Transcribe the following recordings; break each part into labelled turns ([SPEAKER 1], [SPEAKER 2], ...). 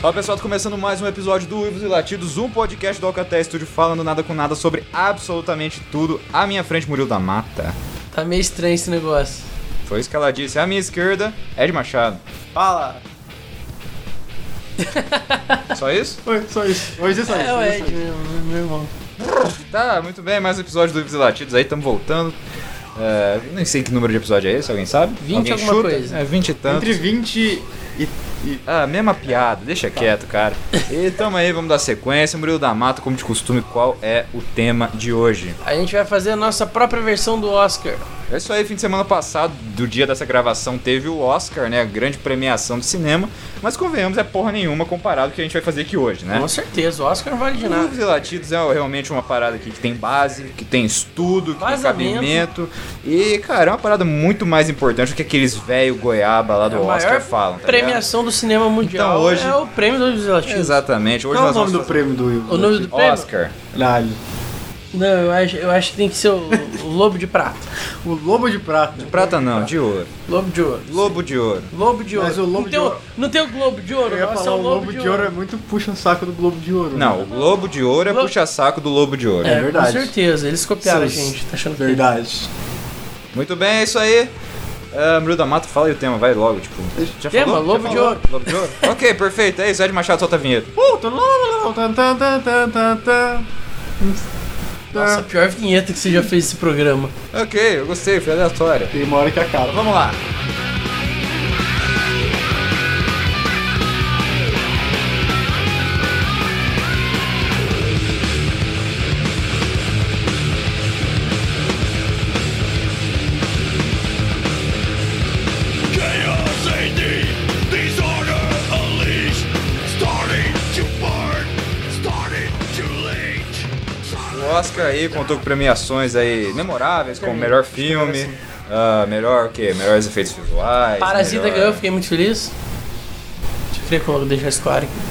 [SPEAKER 1] Fala pessoal, tá começando mais um episódio do Uivos e Latidos, um podcast do Alcatel Studio falando nada com nada sobre absolutamente tudo. À minha frente, Murilo da Mata.
[SPEAKER 2] Tá meio estranho esse negócio.
[SPEAKER 1] Foi isso que ela disse. À minha esquerda, Ed Machado.
[SPEAKER 3] Fala!
[SPEAKER 1] Só isso?
[SPEAKER 3] Oi, só isso. Hoje é só
[SPEAKER 2] É
[SPEAKER 3] isso.
[SPEAKER 2] o
[SPEAKER 3] hoje é só
[SPEAKER 2] Ed,
[SPEAKER 3] isso.
[SPEAKER 2] meu, meu irmão.
[SPEAKER 1] Tá, muito bem, mais um episódio do Uivos e Latidos, aí estamos voltando. É, nem sei que número de episódio é esse, alguém sabe?
[SPEAKER 2] 20
[SPEAKER 1] alguém
[SPEAKER 2] alguma
[SPEAKER 1] chuta?
[SPEAKER 2] coisa.
[SPEAKER 1] É 20 e tanto.
[SPEAKER 3] Entre 20 e. e-
[SPEAKER 1] Ah, mesma piada, deixa quieto, cara. E tamo aí, vamos dar sequência. Murilo da Mata, como de costume, qual é o tema de hoje?
[SPEAKER 2] A gente vai fazer a nossa própria versão do Oscar.
[SPEAKER 1] É isso aí, fim de semana passado, do dia dessa gravação, teve o Oscar, né? A grande premiação do cinema. Mas convenhamos, é porra nenhuma comparado com o que a gente vai fazer aqui hoje,
[SPEAKER 3] É?
[SPEAKER 1] né?
[SPEAKER 2] Com certeza, o Oscar não vale de nada.
[SPEAKER 1] Luvos e Latidos é realmente uma parada aqui que tem base, que tem estudo, que tem
[SPEAKER 2] Vazamento.
[SPEAKER 1] cabimento. E, cara, é uma parada muito mais importante do que aqueles velho goiaba lá do
[SPEAKER 3] É
[SPEAKER 2] A
[SPEAKER 1] Oscar
[SPEAKER 2] maior
[SPEAKER 1] falam. Tá ligado?
[SPEAKER 2] premiação do cinema mundial
[SPEAKER 1] Então, hoje-
[SPEAKER 2] é o prêmio do legislativo.
[SPEAKER 1] Exatamente. Hoje
[SPEAKER 3] Qual é o
[SPEAKER 1] nós
[SPEAKER 3] nome do
[SPEAKER 1] vamos
[SPEAKER 3] prêmio do Will?
[SPEAKER 2] O nome do prêmio?
[SPEAKER 1] Oscar.
[SPEAKER 3] Caralho.
[SPEAKER 2] Não, eu acho, eu acho que tem que ser o, o Lobo de Prata.
[SPEAKER 3] O Lobo de Prata.
[SPEAKER 1] Prata não, de ouro.
[SPEAKER 2] Lobo de Ouro.
[SPEAKER 1] Lobo de ouro.
[SPEAKER 2] Lobo de Ouro.
[SPEAKER 3] Mas o Lobo
[SPEAKER 2] não,
[SPEAKER 3] de
[SPEAKER 2] tem
[SPEAKER 3] Ouro-
[SPEAKER 2] O, não tem o Globo de Ouro,
[SPEAKER 3] Eu ia
[SPEAKER 2] nossa,
[SPEAKER 3] falar,
[SPEAKER 2] é
[SPEAKER 3] o Lobo de Ouro é muito puxa no saco do Globo de Ouro. né?
[SPEAKER 1] Não, o lobo de ouro é
[SPEAKER 2] Lo-
[SPEAKER 1] puxa-saco do lobo de ouro.
[SPEAKER 2] É,
[SPEAKER 3] verdade.
[SPEAKER 2] Com certeza, eles copiaram
[SPEAKER 3] Seus-
[SPEAKER 2] a gente, tá achando que-
[SPEAKER 3] Verdade.
[SPEAKER 1] Muito bem, é isso aí. Uh, Murilo da Mata, fala aí o tema, vai logo, tipo. Já
[SPEAKER 2] Tema, Lobo de
[SPEAKER 1] falou?
[SPEAKER 2] Ouro.
[SPEAKER 1] Lobo de ouro? ok, perfeito, é isso. Ed Machado solta a vinheta.
[SPEAKER 3] Uh, tô lá, lá, lá, lá, tan, tan, tan, tan, tan, tan.
[SPEAKER 2] Nossa, a pior vinheta que você já fez esse programa.
[SPEAKER 1] Ok, eu gostei, foi aleatória.
[SPEAKER 3] Tem uma hora que acaba.
[SPEAKER 1] Vamos lá.
[SPEAKER 4] Chaos AD, disorder unleashed, starting to burn, starting to leak.
[SPEAKER 1] O Oscar aí contou com premiações aí memoráveis, como melhor filme, ah, melhor o quê? Melhores efeitos visuais.
[SPEAKER 2] Parasita
[SPEAKER 1] melhor- é.
[SPEAKER 2] ganhou, fiquei muito feliz. Deixa eu queria colocar- deixar isso claro aqui.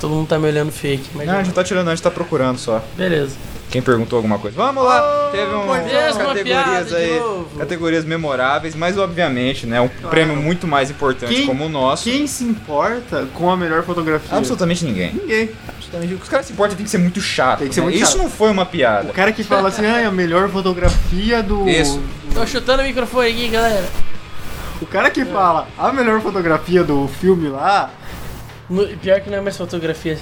[SPEAKER 2] Todo mundo tá me olhando fake, mas.
[SPEAKER 1] Não, a gente não tá tirando, a gente tá procurando só.
[SPEAKER 2] Beleza.
[SPEAKER 1] Quem perguntou alguma coisa? Vamos lá! Teve um,
[SPEAKER 3] Oh, pois
[SPEAKER 2] é,
[SPEAKER 1] umas
[SPEAKER 2] uma piada
[SPEAKER 1] categorias
[SPEAKER 2] de
[SPEAKER 1] aí.
[SPEAKER 2] novo.
[SPEAKER 1] Categorias memoráveis, mas obviamente, né? Um prêmio muito mais importante
[SPEAKER 3] Quem-
[SPEAKER 1] como o nosso.
[SPEAKER 3] Quem se importa com a melhor fotografia?
[SPEAKER 1] Absolutamente ninguém.
[SPEAKER 3] Ninguém.
[SPEAKER 1] Os caras se importam tem que ser muito chato.
[SPEAKER 3] Tem que ser
[SPEAKER 1] né?
[SPEAKER 3] muito
[SPEAKER 1] Isso
[SPEAKER 3] chato.
[SPEAKER 1] não foi uma
[SPEAKER 3] O
[SPEAKER 1] piada.
[SPEAKER 3] cara que fala assim, ah, é a melhor fotografia do.
[SPEAKER 1] Isso.
[SPEAKER 2] Tô chutando o microfone aqui, galera.
[SPEAKER 3] O cara que fala a melhor fotografia do filme lá,
[SPEAKER 2] No- Pior que não é mais fotografia.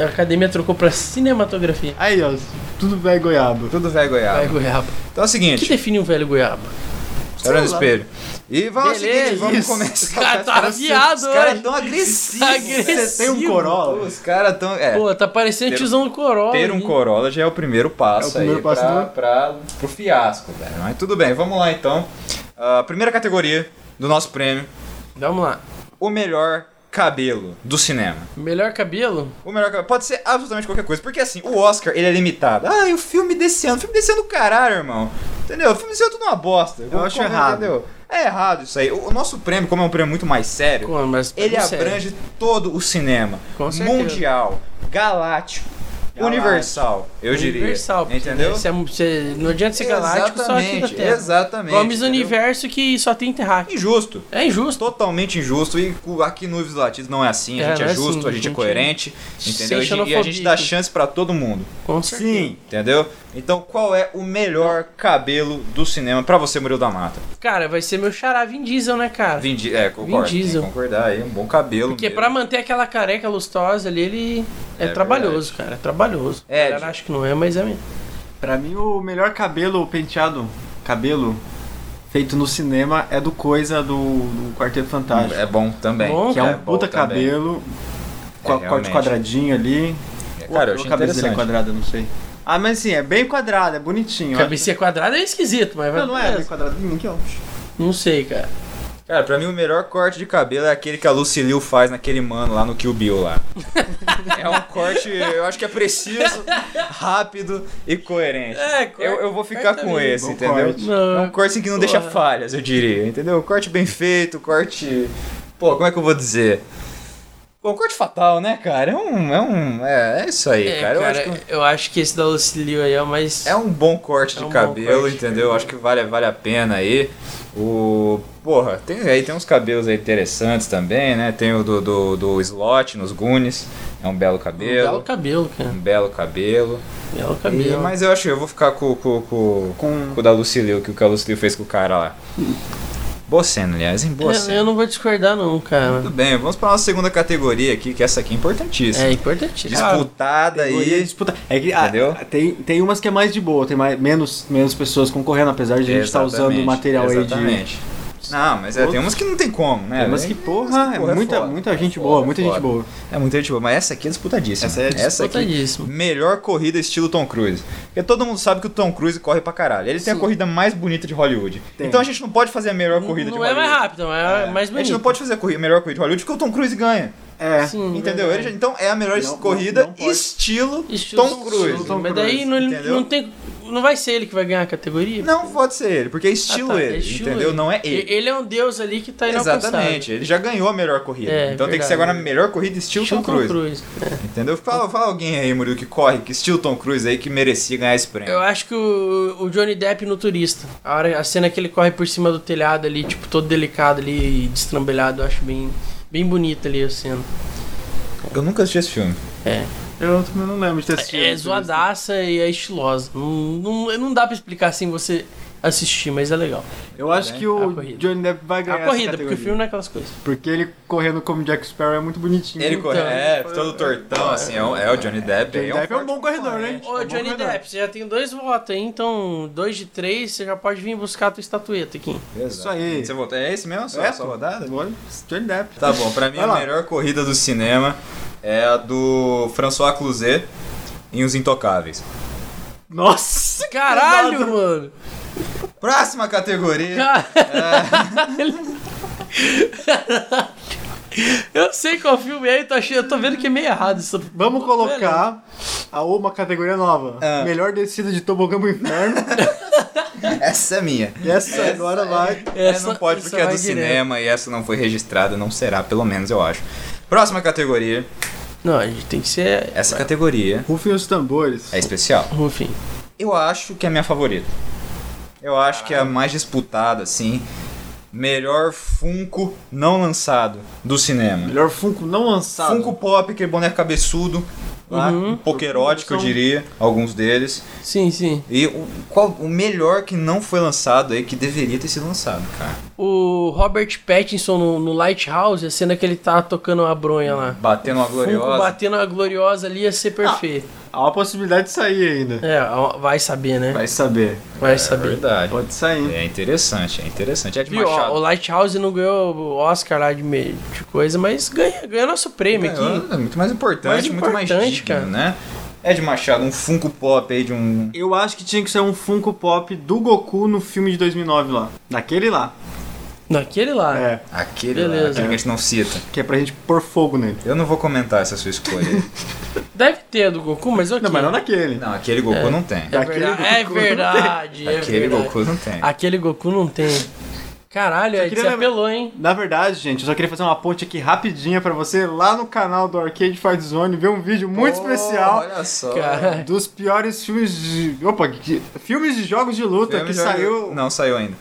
[SPEAKER 2] A academia trocou pra cinematografia.
[SPEAKER 3] aí ó, tudo vai goiaba.
[SPEAKER 1] Tudo velho goiaba.
[SPEAKER 2] Velho goiaba.
[SPEAKER 1] Então é o
[SPEAKER 2] O que
[SPEAKER 1] seguinte,
[SPEAKER 2] define um velho goiaba?
[SPEAKER 1] olha no
[SPEAKER 3] sei lá.
[SPEAKER 1] espelho. E vamos, ao
[SPEAKER 2] Beleza,
[SPEAKER 1] seguinte, vamos
[SPEAKER 3] isso.
[SPEAKER 1] começar.
[SPEAKER 2] Cara, tá viado,
[SPEAKER 1] Os caras
[SPEAKER 2] hoje.
[SPEAKER 1] tão
[SPEAKER 2] Tá
[SPEAKER 1] agressivos.
[SPEAKER 2] agressivo.
[SPEAKER 3] Tem um Corolla.
[SPEAKER 1] Os caras tão. É,
[SPEAKER 2] Pô, tá parecendo
[SPEAKER 1] Ter-
[SPEAKER 2] tiozão do Corolla.
[SPEAKER 1] ter um
[SPEAKER 2] ali.
[SPEAKER 1] Corolla já é o primeiro passo
[SPEAKER 3] É o primeiro
[SPEAKER 1] aí
[SPEAKER 3] passo
[SPEAKER 1] pra,
[SPEAKER 3] do-
[SPEAKER 1] pra- pro fiasco, velho. Mas tudo bem, vamos lá então. A primeira categoria do nosso prêmio:
[SPEAKER 2] Vamos lá.
[SPEAKER 1] o melhor cabelo do cinema.
[SPEAKER 2] Melhor cabelo?
[SPEAKER 1] O melhor cabelo. Pode ser absolutamente qualquer coisa. Porque assim, o Oscar, ele é limitado. Ah, e o filme desse ano? O filme desse ano, caralho, irmão. Entendeu? O filme desse ano é tudo uma bosta. Eu
[SPEAKER 3] acho errado.
[SPEAKER 1] É errado isso aí. O o nosso prêmio, como é um prêmio muito mais sério,
[SPEAKER 2] Pô, mas tá
[SPEAKER 1] ele
[SPEAKER 2] pô, sério.
[SPEAKER 1] abrange todo o cinema.
[SPEAKER 2] Com certeza.
[SPEAKER 1] mundial, galáctico, universal, eu diria.
[SPEAKER 2] Universal, porque,
[SPEAKER 1] Entendeu?
[SPEAKER 2] né, Você, é mu- você- não adianta ser galáctico só aqui da
[SPEAKER 1] exatamente,
[SPEAKER 2] Terra.
[SPEAKER 1] exatamente.
[SPEAKER 2] Igual Miss
[SPEAKER 1] entendeu?
[SPEAKER 2] Universo que só tem terráqueo.
[SPEAKER 1] Injusto.
[SPEAKER 2] É injusto.
[SPEAKER 1] totalmente injusto e cu- aqui no Ives Latidos não é assim, a
[SPEAKER 2] É,
[SPEAKER 1] gente é,
[SPEAKER 2] não é
[SPEAKER 1] justo,
[SPEAKER 2] assim,
[SPEAKER 1] a gente é
[SPEAKER 2] gente
[SPEAKER 1] coerente,
[SPEAKER 2] sem
[SPEAKER 1] entendeu? E a gente- E a gente dá
[SPEAKER 2] xenofobia.
[SPEAKER 1] chance pra todo mundo,
[SPEAKER 2] Com certeza.
[SPEAKER 3] Sim.
[SPEAKER 1] entendeu? Então, qual é o melhor cabelo do cinema pra você, Murilo da Mata?
[SPEAKER 2] Cara, vai ser meu xará Vin Diesel, né, cara?
[SPEAKER 1] Vin, Di- é, concordo,
[SPEAKER 2] Vin Diesel.
[SPEAKER 1] tem que concordar aí, um bom cabelo
[SPEAKER 2] Porque
[SPEAKER 1] mesmo.
[SPEAKER 2] pra manter aquela careca lustosa ali, ele é,
[SPEAKER 1] É
[SPEAKER 2] trabalhoso, cara. É trabalhoso.
[SPEAKER 1] É,
[SPEAKER 2] A galera acha que não é, mas é mesmo.
[SPEAKER 3] Pra mim, o melhor cabelo penteado, cabelo feito no cinema é do Coisa do, do Quarteto Fantástico.
[SPEAKER 1] É bom também.
[SPEAKER 2] Bom,
[SPEAKER 3] que é um
[SPEAKER 2] é
[SPEAKER 3] puta
[SPEAKER 1] também.
[SPEAKER 3] cabelo, com a-
[SPEAKER 1] É,
[SPEAKER 3] corte
[SPEAKER 1] realmente.
[SPEAKER 3] quadradinho ali.
[SPEAKER 1] É, Cara, eu
[SPEAKER 3] Ou
[SPEAKER 1] achei
[SPEAKER 3] a cabeça dele é
[SPEAKER 1] interessante.
[SPEAKER 3] quadrada, não sei. Ah, mas assim, é bem quadrado, é bonitinho. ó.
[SPEAKER 2] Cabecinha quadrada é esquisito, mas vai.
[SPEAKER 3] Não, não é bem
[SPEAKER 2] beleza.
[SPEAKER 3] quadrado, nem que é um.
[SPEAKER 2] Não sei, cara.
[SPEAKER 1] Cara, pra mim o melhor corte de cabelo é aquele que a Lucy Liu faz naquele mano lá no Kill Bill lá. é um corte, eu acho que é preciso, rápido e coerente.
[SPEAKER 2] É, corte-
[SPEAKER 1] eu, eu vou ficar
[SPEAKER 2] corte
[SPEAKER 1] com
[SPEAKER 2] também.
[SPEAKER 1] esse,
[SPEAKER 3] Bom
[SPEAKER 1] entendeu?
[SPEAKER 3] corte.
[SPEAKER 1] É um
[SPEAKER 2] Não,
[SPEAKER 1] corte assim que não deixa
[SPEAKER 2] Porra.
[SPEAKER 1] falhas, eu diria, entendeu? Corte bem feito, corte. Pô, como é que eu vou dizer? Bom, corte fatal, né, cara? É um. É, um, é, é isso aí,
[SPEAKER 2] é,
[SPEAKER 1] cara.
[SPEAKER 2] cara,
[SPEAKER 1] Eu acho que
[SPEAKER 2] esse da Lucilio aí é o mais.
[SPEAKER 1] é um bom corte
[SPEAKER 2] É um
[SPEAKER 1] de
[SPEAKER 2] bom
[SPEAKER 1] cabelo,
[SPEAKER 2] corte de
[SPEAKER 1] entendeu? Acho que vale, vale a pena aí. O, porra, tem, aí tem uns cabelos aí interessantes também, né? Tem o do, do, do Slot nos Goonies, é um belo
[SPEAKER 2] Um
[SPEAKER 1] cabelo.
[SPEAKER 2] belo cabelo, cara.
[SPEAKER 1] Um belo cabelo.
[SPEAKER 2] Belo
[SPEAKER 1] E-
[SPEAKER 2] cabelo. um.
[SPEAKER 1] mas eu acho que eu vou ficar com, com, com,
[SPEAKER 3] Com-
[SPEAKER 1] com o da Lucilio, que o que a Lucilio fez com o cara lá. Boa cena, aliás, em boa
[SPEAKER 2] Eu,
[SPEAKER 1] cena.
[SPEAKER 2] eu não vou discordar, não, cara.
[SPEAKER 1] Tudo bem, vamos pra nossa segunda categoria aqui, que essa aqui é importantíssima.
[SPEAKER 2] É importante. cara.
[SPEAKER 1] Disputada
[SPEAKER 3] Categoria
[SPEAKER 1] aí.
[SPEAKER 3] disputa. É que, ah,
[SPEAKER 1] Entendeu?
[SPEAKER 3] tem, tem umas que é mais de boa, tem mais, menos, menos pessoas concorrendo, apesar de a gente estar usando o material aí de.
[SPEAKER 1] exatamente. Não, mas é, tem umas que não tem como, né?
[SPEAKER 3] É, mas que
[SPEAKER 1] velho?
[SPEAKER 3] porra, é
[SPEAKER 1] porra,
[SPEAKER 3] muita,
[SPEAKER 1] foda. É
[SPEAKER 3] muita gente
[SPEAKER 1] Foda,
[SPEAKER 3] boa, muita
[SPEAKER 1] foda.
[SPEAKER 3] gente boa.
[SPEAKER 1] É muito gente boa, mas essa aqui é disputadíssima.
[SPEAKER 3] Essa é
[SPEAKER 1] aqui.
[SPEAKER 2] Disputadíssima.
[SPEAKER 1] Melhor corrida estilo Tom Cruise. Porque todo mundo sabe que o Tom Cruise corre pra caralho. Ele tem a
[SPEAKER 2] Sim.
[SPEAKER 1] corrida mais bonita de Hollywood.
[SPEAKER 3] Tem.
[SPEAKER 1] Então a gente não pode fazer a melhor corrida de
[SPEAKER 2] Não é
[SPEAKER 1] Hollywood.
[SPEAKER 2] mais rápido, mas é mais
[SPEAKER 1] A gente
[SPEAKER 2] bonito.
[SPEAKER 1] não pode fazer a corrida- a melhor corrida de Hollywood porque o Tom Cruise ganha.
[SPEAKER 3] É.
[SPEAKER 2] Sim,
[SPEAKER 1] entendeu? Ele
[SPEAKER 2] verdade.
[SPEAKER 1] já- então é a melhor
[SPEAKER 3] Não- não-
[SPEAKER 1] corrida
[SPEAKER 3] não pode.
[SPEAKER 1] estilo,
[SPEAKER 2] Estilo
[SPEAKER 1] Tom Cruise.
[SPEAKER 2] Cruise,
[SPEAKER 3] Tom
[SPEAKER 2] mas
[SPEAKER 3] Cruise,
[SPEAKER 2] daí não,
[SPEAKER 1] entendeu?
[SPEAKER 2] não tem. Não vai ser ele que vai ganhar a categoria?
[SPEAKER 1] Não pode ser ele, porque é
[SPEAKER 2] Ah, tá,
[SPEAKER 1] estilo
[SPEAKER 2] é
[SPEAKER 1] ele,
[SPEAKER 2] estilo
[SPEAKER 1] entendeu?
[SPEAKER 2] ele.
[SPEAKER 1] Não é ele.
[SPEAKER 2] E- Ele é um deus ali que tá inalcançável.
[SPEAKER 1] Exatamente, ele já ganhou a melhor corrida.
[SPEAKER 2] É,
[SPEAKER 1] então tem que
[SPEAKER 2] verdade.
[SPEAKER 1] ser agora a melhor corrida estilo Tom
[SPEAKER 2] Chucro
[SPEAKER 1] Cruise.
[SPEAKER 2] Cruz.
[SPEAKER 1] Entendeu? Fala, fala alguém aí, Murilo, que corre, que estilo Tom Cruise aí que merecia ganhar esse prêmio.
[SPEAKER 2] Eu acho que o, o Johnny Depp no turista. A, hora, a cena que ele corre por cima do telhado ali, tipo, todo delicado ali, destrambelhado, eu acho bem, bem bonita ali a cena.
[SPEAKER 1] Eu nunca assisti esse filme.
[SPEAKER 2] É.
[SPEAKER 3] Eu também não lembro de ter assistido.
[SPEAKER 2] É zoadaça e é estilosa. Não, não, não dá pra explicar sem você assistir, mas é legal.
[SPEAKER 3] Eu acho que o
[SPEAKER 2] A né? É corrida.
[SPEAKER 3] Johnny Depp vai ganhar
[SPEAKER 2] A
[SPEAKER 3] essa
[SPEAKER 2] corrida, porque o
[SPEAKER 3] categoria.
[SPEAKER 2] filme não é aquelas coisas.
[SPEAKER 3] Porque ele correndo como Jack Sparrow é muito bonitinho.
[SPEAKER 1] Ele corre, é,
[SPEAKER 3] foi-
[SPEAKER 1] todo tortão, assim, é, o- é o Johnny Depp. aí
[SPEAKER 3] Johnny Depp é um
[SPEAKER 1] forte
[SPEAKER 3] bom corredor,
[SPEAKER 1] componente.
[SPEAKER 3] né?
[SPEAKER 2] Ô,
[SPEAKER 3] Tá bom,
[SPEAKER 2] Johnny
[SPEAKER 3] Fernando?
[SPEAKER 2] Depp, você já tem dois votos aí, então dois de três, você já pode vir buscar a tua estatueta aqui.
[SPEAKER 1] Exato.
[SPEAKER 3] um- Isso aí.
[SPEAKER 1] Você voltou. É esse mesmo? Só,
[SPEAKER 3] É,
[SPEAKER 1] só
[SPEAKER 3] pô.
[SPEAKER 1] rodada?
[SPEAKER 3] Agora, Johnny Depp.
[SPEAKER 1] Tá bom, pra mim
[SPEAKER 3] Vai
[SPEAKER 1] a
[SPEAKER 3] lá.
[SPEAKER 1] melhor corrida do cinema é a do François Cluzet em Os Intocáveis.
[SPEAKER 3] Nossa!
[SPEAKER 2] Caralho, mano!
[SPEAKER 1] Próxima categoria.
[SPEAKER 2] Caralho! É. Eu sei qual filme é, eu tô, achando, eu tô vendo que é meio errado isso.
[SPEAKER 3] Vamos colocar a uma categoria nova.
[SPEAKER 1] Ah.
[SPEAKER 3] Melhor descida de tobogã pro inferno.
[SPEAKER 1] Essa é minha.
[SPEAKER 3] E essa agora vai.
[SPEAKER 1] É, não pode porque é do
[SPEAKER 2] vai direto.
[SPEAKER 1] cinema e essa não foi registrada, não será, pelo menos eu acho. Próxima categoria.
[SPEAKER 2] Não, a gente tem que ser.
[SPEAKER 1] Essa categoria
[SPEAKER 3] Rufem os tambores.
[SPEAKER 1] é especial.
[SPEAKER 2] Enfim.
[SPEAKER 1] Eu acho que é a minha favorita. Eu acho que é a mais disputada, assim. Melhor Funko não lançado do cinema.
[SPEAKER 3] Melhor Funko não lançado.
[SPEAKER 1] Funko Pop, aquele boneco cabeçudo. Lá,
[SPEAKER 2] Uhum.
[SPEAKER 1] um pouco erótico, eu diria, alguns deles.
[SPEAKER 2] Sim, sim.
[SPEAKER 1] E o, qual, o melhor que não foi lançado aí, que deveria ter sido lançado, cara.
[SPEAKER 2] O Robert Pattinson no, no Lighthouse, a cena que ele tá tocando a bronha lá.
[SPEAKER 1] Batendo uma
[SPEAKER 2] Funko
[SPEAKER 1] gloriosa.
[SPEAKER 2] batendo a gloriosa ali ia ser perfeito.
[SPEAKER 3] Há uma possibilidade de sair ainda.
[SPEAKER 2] É, ó, vai saber, né?
[SPEAKER 3] Vai saber.
[SPEAKER 2] Vai
[SPEAKER 1] Ah. É
[SPEAKER 2] saber.
[SPEAKER 1] verdade.
[SPEAKER 3] Pode sair.
[SPEAKER 1] É interessante, é interessante. É de
[SPEAKER 2] Viu, ó, o
[SPEAKER 1] Machado.
[SPEAKER 2] Lighthouse não ganhou o Oscar lá de, me- de coisa, mas ganha, ganha nosso prêmio aqui.
[SPEAKER 1] É muito mais importante,
[SPEAKER 2] Mais
[SPEAKER 1] muito mais
[SPEAKER 2] importante,
[SPEAKER 1] digno,
[SPEAKER 2] cara.
[SPEAKER 1] né? É de Machado, um Funko Pop aí de um.
[SPEAKER 3] Eu acho que tinha que ser um Funko Pop do Goku no filme de 2009 lá. Daquele lá.
[SPEAKER 2] Naquele lá.
[SPEAKER 3] É.
[SPEAKER 1] Aquele, lá,
[SPEAKER 2] Beleza.
[SPEAKER 1] aquele que a gente não cita.
[SPEAKER 3] Que é pra gente pôr fogo nele.
[SPEAKER 1] Eu não vou comentar essa sua escolha. aí.
[SPEAKER 2] Deve ter a do Goku, mas ok.
[SPEAKER 3] Não, mas não naquele.
[SPEAKER 1] não, aquele Goku não tem.
[SPEAKER 2] É
[SPEAKER 3] Daquele
[SPEAKER 2] verdade,
[SPEAKER 3] Goku
[SPEAKER 2] é
[SPEAKER 3] não
[SPEAKER 2] verdade. é
[SPEAKER 1] Aquele
[SPEAKER 2] verdade.
[SPEAKER 1] Goku não tem.
[SPEAKER 2] Aquele Goku não tem. Caralho, aí
[SPEAKER 3] queria
[SPEAKER 2] você
[SPEAKER 3] lembrar-
[SPEAKER 2] apelou, hein?
[SPEAKER 3] Na verdade, gente, eu só queria fazer uma ponte aqui rapidinha pra você lá no canal do Arcade Fight Zone ver um vídeo muito
[SPEAKER 1] Oh,
[SPEAKER 3] especial
[SPEAKER 1] Olha só.
[SPEAKER 2] Caralho.
[SPEAKER 3] dos piores filmes de. Opa, que- filmes de jogos de luta
[SPEAKER 1] Filme
[SPEAKER 3] que
[SPEAKER 1] já-
[SPEAKER 3] saiu.
[SPEAKER 1] um Não saiu ainda.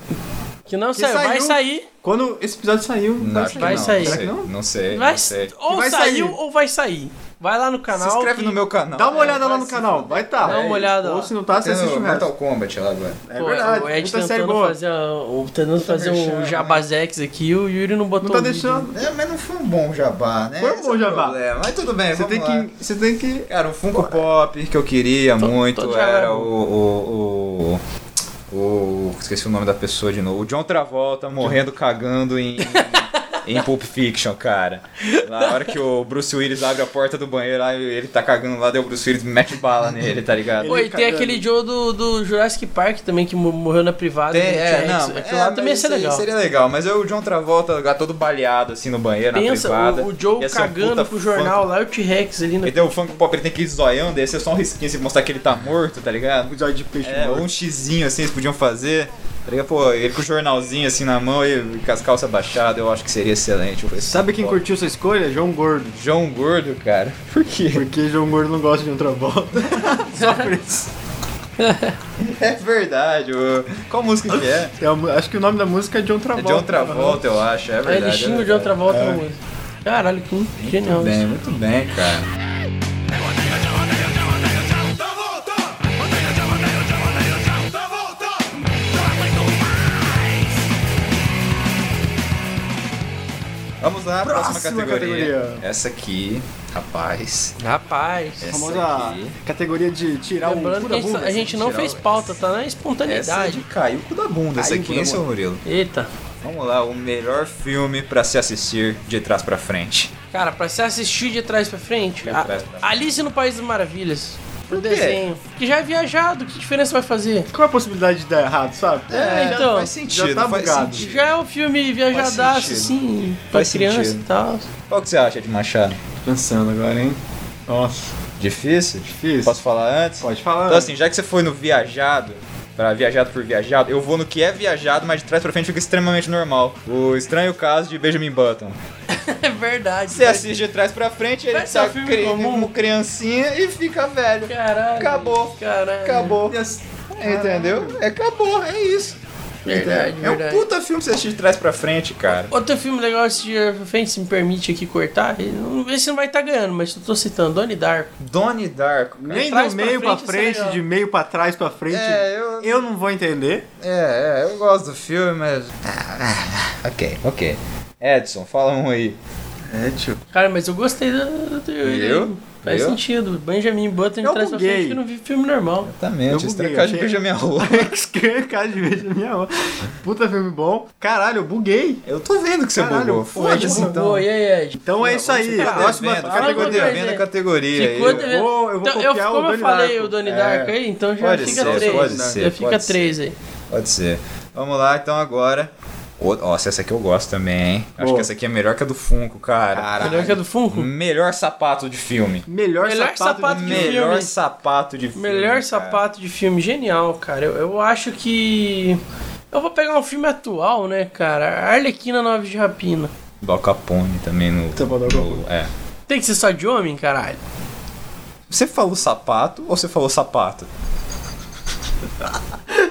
[SPEAKER 2] Que não saiu. Vai
[SPEAKER 3] saiu.
[SPEAKER 2] sair.
[SPEAKER 3] Quando esse episódio saiu,
[SPEAKER 1] Não,
[SPEAKER 3] vai
[SPEAKER 1] acho que
[SPEAKER 3] sair.
[SPEAKER 2] Vai
[SPEAKER 1] não,
[SPEAKER 2] sair.
[SPEAKER 1] Não
[SPEAKER 3] Será
[SPEAKER 1] sei.
[SPEAKER 3] que não?
[SPEAKER 1] Não sei.
[SPEAKER 2] Vai,
[SPEAKER 1] não sei.
[SPEAKER 2] ou
[SPEAKER 3] vai
[SPEAKER 2] saiu
[SPEAKER 3] sair.
[SPEAKER 2] ou vai sair. Vai lá no
[SPEAKER 1] Se
[SPEAKER 2] canal.
[SPEAKER 1] inscreve
[SPEAKER 2] que-
[SPEAKER 1] no meu canal.
[SPEAKER 3] Dá uma
[SPEAKER 1] É,
[SPEAKER 3] olhada lá
[SPEAKER 1] vai
[SPEAKER 3] no
[SPEAKER 1] se-
[SPEAKER 3] canal, vai tá.
[SPEAKER 2] Dá uma olhada
[SPEAKER 3] Ou
[SPEAKER 2] lá.
[SPEAKER 3] se não tá, você
[SPEAKER 1] Tem
[SPEAKER 3] assiste
[SPEAKER 1] o
[SPEAKER 3] o resto.
[SPEAKER 1] Mortal Kombat lá agora.
[SPEAKER 3] É
[SPEAKER 2] É Pô,
[SPEAKER 3] verdade,
[SPEAKER 2] o Ed
[SPEAKER 3] puta série
[SPEAKER 2] tentando
[SPEAKER 3] boa.
[SPEAKER 2] fazer, a- o- tentando fazer
[SPEAKER 1] merchan,
[SPEAKER 2] um
[SPEAKER 1] né?
[SPEAKER 2] jabazex aqui, o Yuri não botou
[SPEAKER 3] Não tá
[SPEAKER 2] o vídeo.
[SPEAKER 3] deixando.
[SPEAKER 1] É, mas não foi um bom jabá, né?
[SPEAKER 3] Foi um
[SPEAKER 1] Esse
[SPEAKER 3] bom
[SPEAKER 1] é o
[SPEAKER 3] jabá.
[SPEAKER 1] problema. Mas tudo bem,
[SPEAKER 3] Você
[SPEAKER 1] É, vamos
[SPEAKER 3] tem
[SPEAKER 1] lá.
[SPEAKER 3] que. Você tem que.
[SPEAKER 1] Cara, o Funko Pop que eu queria muito
[SPEAKER 2] todo jabá é
[SPEAKER 1] era
[SPEAKER 2] bom.
[SPEAKER 1] o, o, o, o- Esqueci o nome da pessoa de novo. O John Travolta morrendo cagando em. Em Pulp Fiction, cara. Na hora que o Bruce Willis abre a porta do banheiro, lá, ele tá cagando lá, daí o Bruce Willis mete bala nele, tá ligado?
[SPEAKER 2] Pô, e
[SPEAKER 3] Ele
[SPEAKER 2] tem
[SPEAKER 3] cagando.
[SPEAKER 2] aquele Joe do, do Jurassic Park também, que mo- morreu na privada.
[SPEAKER 1] Tem,
[SPEAKER 2] né,
[SPEAKER 1] é,
[SPEAKER 2] T-Rex.
[SPEAKER 1] não,
[SPEAKER 2] Aquilo
[SPEAKER 1] é,
[SPEAKER 2] lá
[SPEAKER 1] mas
[SPEAKER 2] também ia ser
[SPEAKER 1] isso aí
[SPEAKER 2] legal.
[SPEAKER 1] Seria legal, mas eu, o John Travolta, lá todo baleado assim no banheiro,
[SPEAKER 2] Pensa,
[SPEAKER 1] na privada.
[SPEAKER 2] o, o Joe
[SPEAKER 1] ia ser um
[SPEAKER 2] cagando
[SPEAKER 1] puta
[SPEAKER 2] pro jornal
[SPEAKER 1] funk.
[SPEAKER 2] lá, né? o T-Rex ali na
[SPEAKER 1] Ele tem o funk pop, ele tem aquele zoião, daí é só um risquinho assim pra mostrar que ele tá morto, tá ligado?
[SPEAKER 3] Episódio de peixe.
[SPEAKER 1] É, ou
[SPEAKER 3] morto.
[SPEAKER 1] um xizinho assim, eles podiam fazer. Tá ligado? Pô, ele com o jornalzinho assim na mão e com as calças baixadas, eu acho que seria excelente. Eu falei,
[SPEAKER 3] Sabe quem
[SPEAKER 1] pô,
[SPEAKER 3] curtiu essa escolha? João Gordo.
[SPEAKER 1] João Gordo, cara. Por quê?
[SPEAKER 3] Porque João Gordo não gosta de outra volta. Só por isso.
[SPEAKER 1] É verdade. ô. Qual música que é?
[SPEAKER 3] É uma- acho que o nome da música é John
[SPEAKER 1] É
[SPEAKER 3] Travolta.
[SPEAKER 1] John Travolta, eu acho. É
[SPEAKER 2] Aí
[SPEAKER 1] verdade.
[SPEAKER 2] ele xinga o John
[SPEAKER 1] Travolta.
[SPEAKER 2] Travolta na música. Caralho, que genial
[SPEAKER 1] Bem,
[SPEAKER 2] isso.
[SPEAKER 1] muito bem, cara. Vamos lá, próxima,
[SPEAKER 3] Próxima
[SPEAKER 1] categoria.
[SPEAKER 3] categoria.
[SPEAKER 1] Essa aqui, rapaz.
[SPEAKER 3] A
[SPEAKER 2] Rapaz.
[SPEAKER 1] É.
[SPEAKER 3] famosa
[SPEAKER 1] Essa aqui.
[SPEAKER 3] categoria de tirar um o
[SPEAKER 2] Lembrando
[SPEAKER 3] cu
[SPEAKER 2] que
[SPEAKER 3] da
[SPEAKER 2] a gente,
[SPEAKER 3] bunda.
[SPEAKER 2] a gente não
[SPEAKER 1] tirar
[SPEAKER 2] fez
[SPEAKER 1] o-
[SPEAKER 2] pauta, tá na
[SPEAKER 1] Essa é
[SPEAKER 2] espontaneidade.
[SPEAKER 1] de caiu o cu da bunda, essa
[SPEAKER 3] Caiu o
[SPEAKER 1] aqui,
[SPEAKER 3] cu da
[SPEAKER 1] hein, seu
[SPEAKER 3] bunda.
[SPEAKER 1] Murilo?
[SPEAKER 2] Eita.
[SPEAKER 1] Vamos lá, o melhor filme pra se assistir de trás pra frente.
[SPEAKER 2] Cara, pra se assistir de trás pra frente,
[SPEAKER 1] De
[SPEAKER 2] a-
[SPEAKER 1] trás pra frente.
[SPEAKER 2] Alice no País das Maravilhas.
[SPEAKER 1] Por
[SPEAKER 2] o
[SPEAKER 1] quê?
[SPEAKER 2] desenho. Que já é viajado, que diferença vai fazer?
[SPEAKER 3] Qual é a possibilidade de dar errado, sabe?
[SPEAKER 2] É, então,
[SPEAKER 1] faz sentido,
[SPEAKER 3] já tá
[SPEAKER 1] faz
[SPEAKER 3] bugado.
[SPEAKER 1] sentido.
[SPEAKER 2] Já é um filme viajadaço,
[SPEAKER 1] sentido.
[SPEAKER 2] assim, pra
[SPEAKER 1] Faz
[SPEAKER 2] criança
[SPEAKER 1] sentido.
[SPEAKER 2] e tal.
[SPEAKER 1] Qual que você acha de Machado?
[SPEAKER 3] Pensando agora, hein? Nossa,
[SPEAKER 1] Difícil?
[SPEAKER 3] Difícil.
[SPEAKER 1] Posso falar antes?
[SPEAKER 3] pode falar.
[SPEAKER 1] Então assim, já que você foi no viajado, pra viajado por viajado, eu vou no que é viajado, mas de trás pra frente fica extremamente normal. O estranho caso de Benjamin Button.
[SPEAKER 2] É verdade.
[SPEAKER 1] Você assiste de trás pra frente, ele
[SPEAKER 2] Vai ser um
[SPEAKER 1] tá
[SPEAKER 2] filme
[SPEAKER 1] cri-
[SPEAKER 2] comum.
[SPEAKER 1] como criancinha e fica velho.
[SPEAKER 2] Caralho.
[SPEAKER 1] Acabou.
[SPEAKER 2] Caralho.
[SPEAKER 1] Acabou.
[SPEAKER 3] Yes.
[SPEAKER 1] Entendeu? É, acabou, é isso.
[SPEAKER 2] Verdade,
[SPEAKER 1] Entendeu? É um
[SPEAKER 2] verdade.
[SPEAKER 1] puta filme que você assiste de trás pra frente, cara.
[SPEAKER 2] Outro filme legal de assistir de trás pra frente, se me permite aqui cortar. eu Não ver se não vai estar ganhando, mas eu tô citando. Donnie Darko.
[SPEAKER 1] Donnie Darko, cara.
[SPEAKER 3] Nem
[SPEAKER 2] Atrás
[SPEAKER 3] do
[SPEAKER 2] pra
[SPEAKER 3] meio pra
[SPEAKER 2] frente, isso é
[SPEAKER 3] frente,
[SPEAKER 2] legal.
[SPEAKER 3] de meio pra trás pra frente.
[SPEAKER 1] É, eu-
[SPEAKER 3] não vou entender.
[SPEAKER 1] É, é, eu gosto do filme, mas. ok, ok. Edson, fala um aí.
[SPEAKER 3] É, tio.
[SPEAKER 2] Cara, mas eu gostei do, do
[SPEAKER 1] Viu?
[SPEAKER 2] Faz
[SPEAKER 1] Viu?
[SPEAKER 2] sentido. Benjamin Button de
[SPEAKER 3] Eu
[SPEAKER 2] trás pra
[SPEAKER 3] buguei.
[SPEAKER 2] frente que eu não vi filme normal.
[SPEAKER 1] Exatamente,
[SPEAKER 3] Eu
[SPEAKER 1] estranho
[SPEAKER 3] buguei,
[SPEAKER 1] caso de
[SPEAKER 3] achei-
[SPEAKER 1] Benjamin Arroz.
[SPEAKER 3] Cara de vez na minha mão. Puta filme bom. Caralho, eu buguei.
[SPEAKER 1] Eu tô vendo que você
[SPEAKER 3] Caralho,
[SPEAKER 1] bugou.
[SPEAKER 3] pô,
[SPEAKER 2] Pô,
[SPEAKER 1] Foda-se
[SPEAKER 2] tipo,
[SPEAKER 1] então.
[SPEAKER 2] pô, e aí, Ed?
[SPEAKER 3] Então é isso aí.
[SPEAKER 1] Tá
[SPEAKER 3] Próxima
[SPEAKER 1] devendo, ficou
[SPEAKER 2] fala alguma
[SPEAKER 3] categoria.
[SPEAKER 2] coisa
[SPEAKER 1] devendo
[SPEAKER 2] aí.
[SPEAKER 1] a categoria aí.
[SPEAKER 2] Ficou
[SPEAKER 1] ó.
[SPEAKER 2] devendo.
[SPEAKER 3] vou- eu vou
[SPEAKER 2] então, eu,
[SPEAKER 3] copiar o
[SPEAKER 2] como eu
[SPEAKER 3] Donnie
[SPEAKER 2] falei,
[SPEAKER 3] Darko.
[SPEAKER 2] o Donnie
[SPEAKER 3] É.
[SPEAKER 2] Darko aí, então já
[SPEAKER 1] Pode
[SPEAKER 2] fica
[SPEAKER 1] ser,
[SPEAKER 2] três.
[SPEAKER 1] pode
[SPEAKER 2] já
[SPEAKER 1] ser,
[SPEAKER 2] fica
[SPEAKER 1] pode
[SPEAKER 2] três aí.
[SPEAKER 1] Pode ser. Vamos lá então agora. Ô, Nossa, essa aqui eu gosto também, hein? Acho
[SPEAKER 3] Boa.
[SPEAKER 1] que essa aqui é melhor que a do Funko, cara.
[SPEAKER 3] Caralho.
[SPEAKER 2] Melhor que a do Funko?
[SPEAKER 3] Hum,
[SPEAKER 1] Melhor sapato de filme.
[SPEAKER 3] Melhor,
[SPEAKER 2] Melhor
[SPEAKER 3] sapato,
[SPEAKER 2] sapato
[SPEAKER 3] de...
[SPEAKER 2] de-
[SPEAKER 1] Melhor
[SPEAKER 2] filme.
[SPEAKER 1] sapato de filme.
[SPEAKER 2] Melhor
[SPEAKER 1] cara.
[SPEAKER 2] sapato de filme, genial, cara. Eu, eu acho que. Eu vou pegar um filme atual, né, cara? Arlequina 9 de Rapina.
[SPEAKER 1] Do Al Capone também no.
[SPEAKER 3] Tá bom, do Al Capone.
[SPEAKER 1] no- é.
[SPEAKER 2] Tem que ser só de homem, caralho?
[SPEAKER 1] Você falou sapato ou você falou sapato?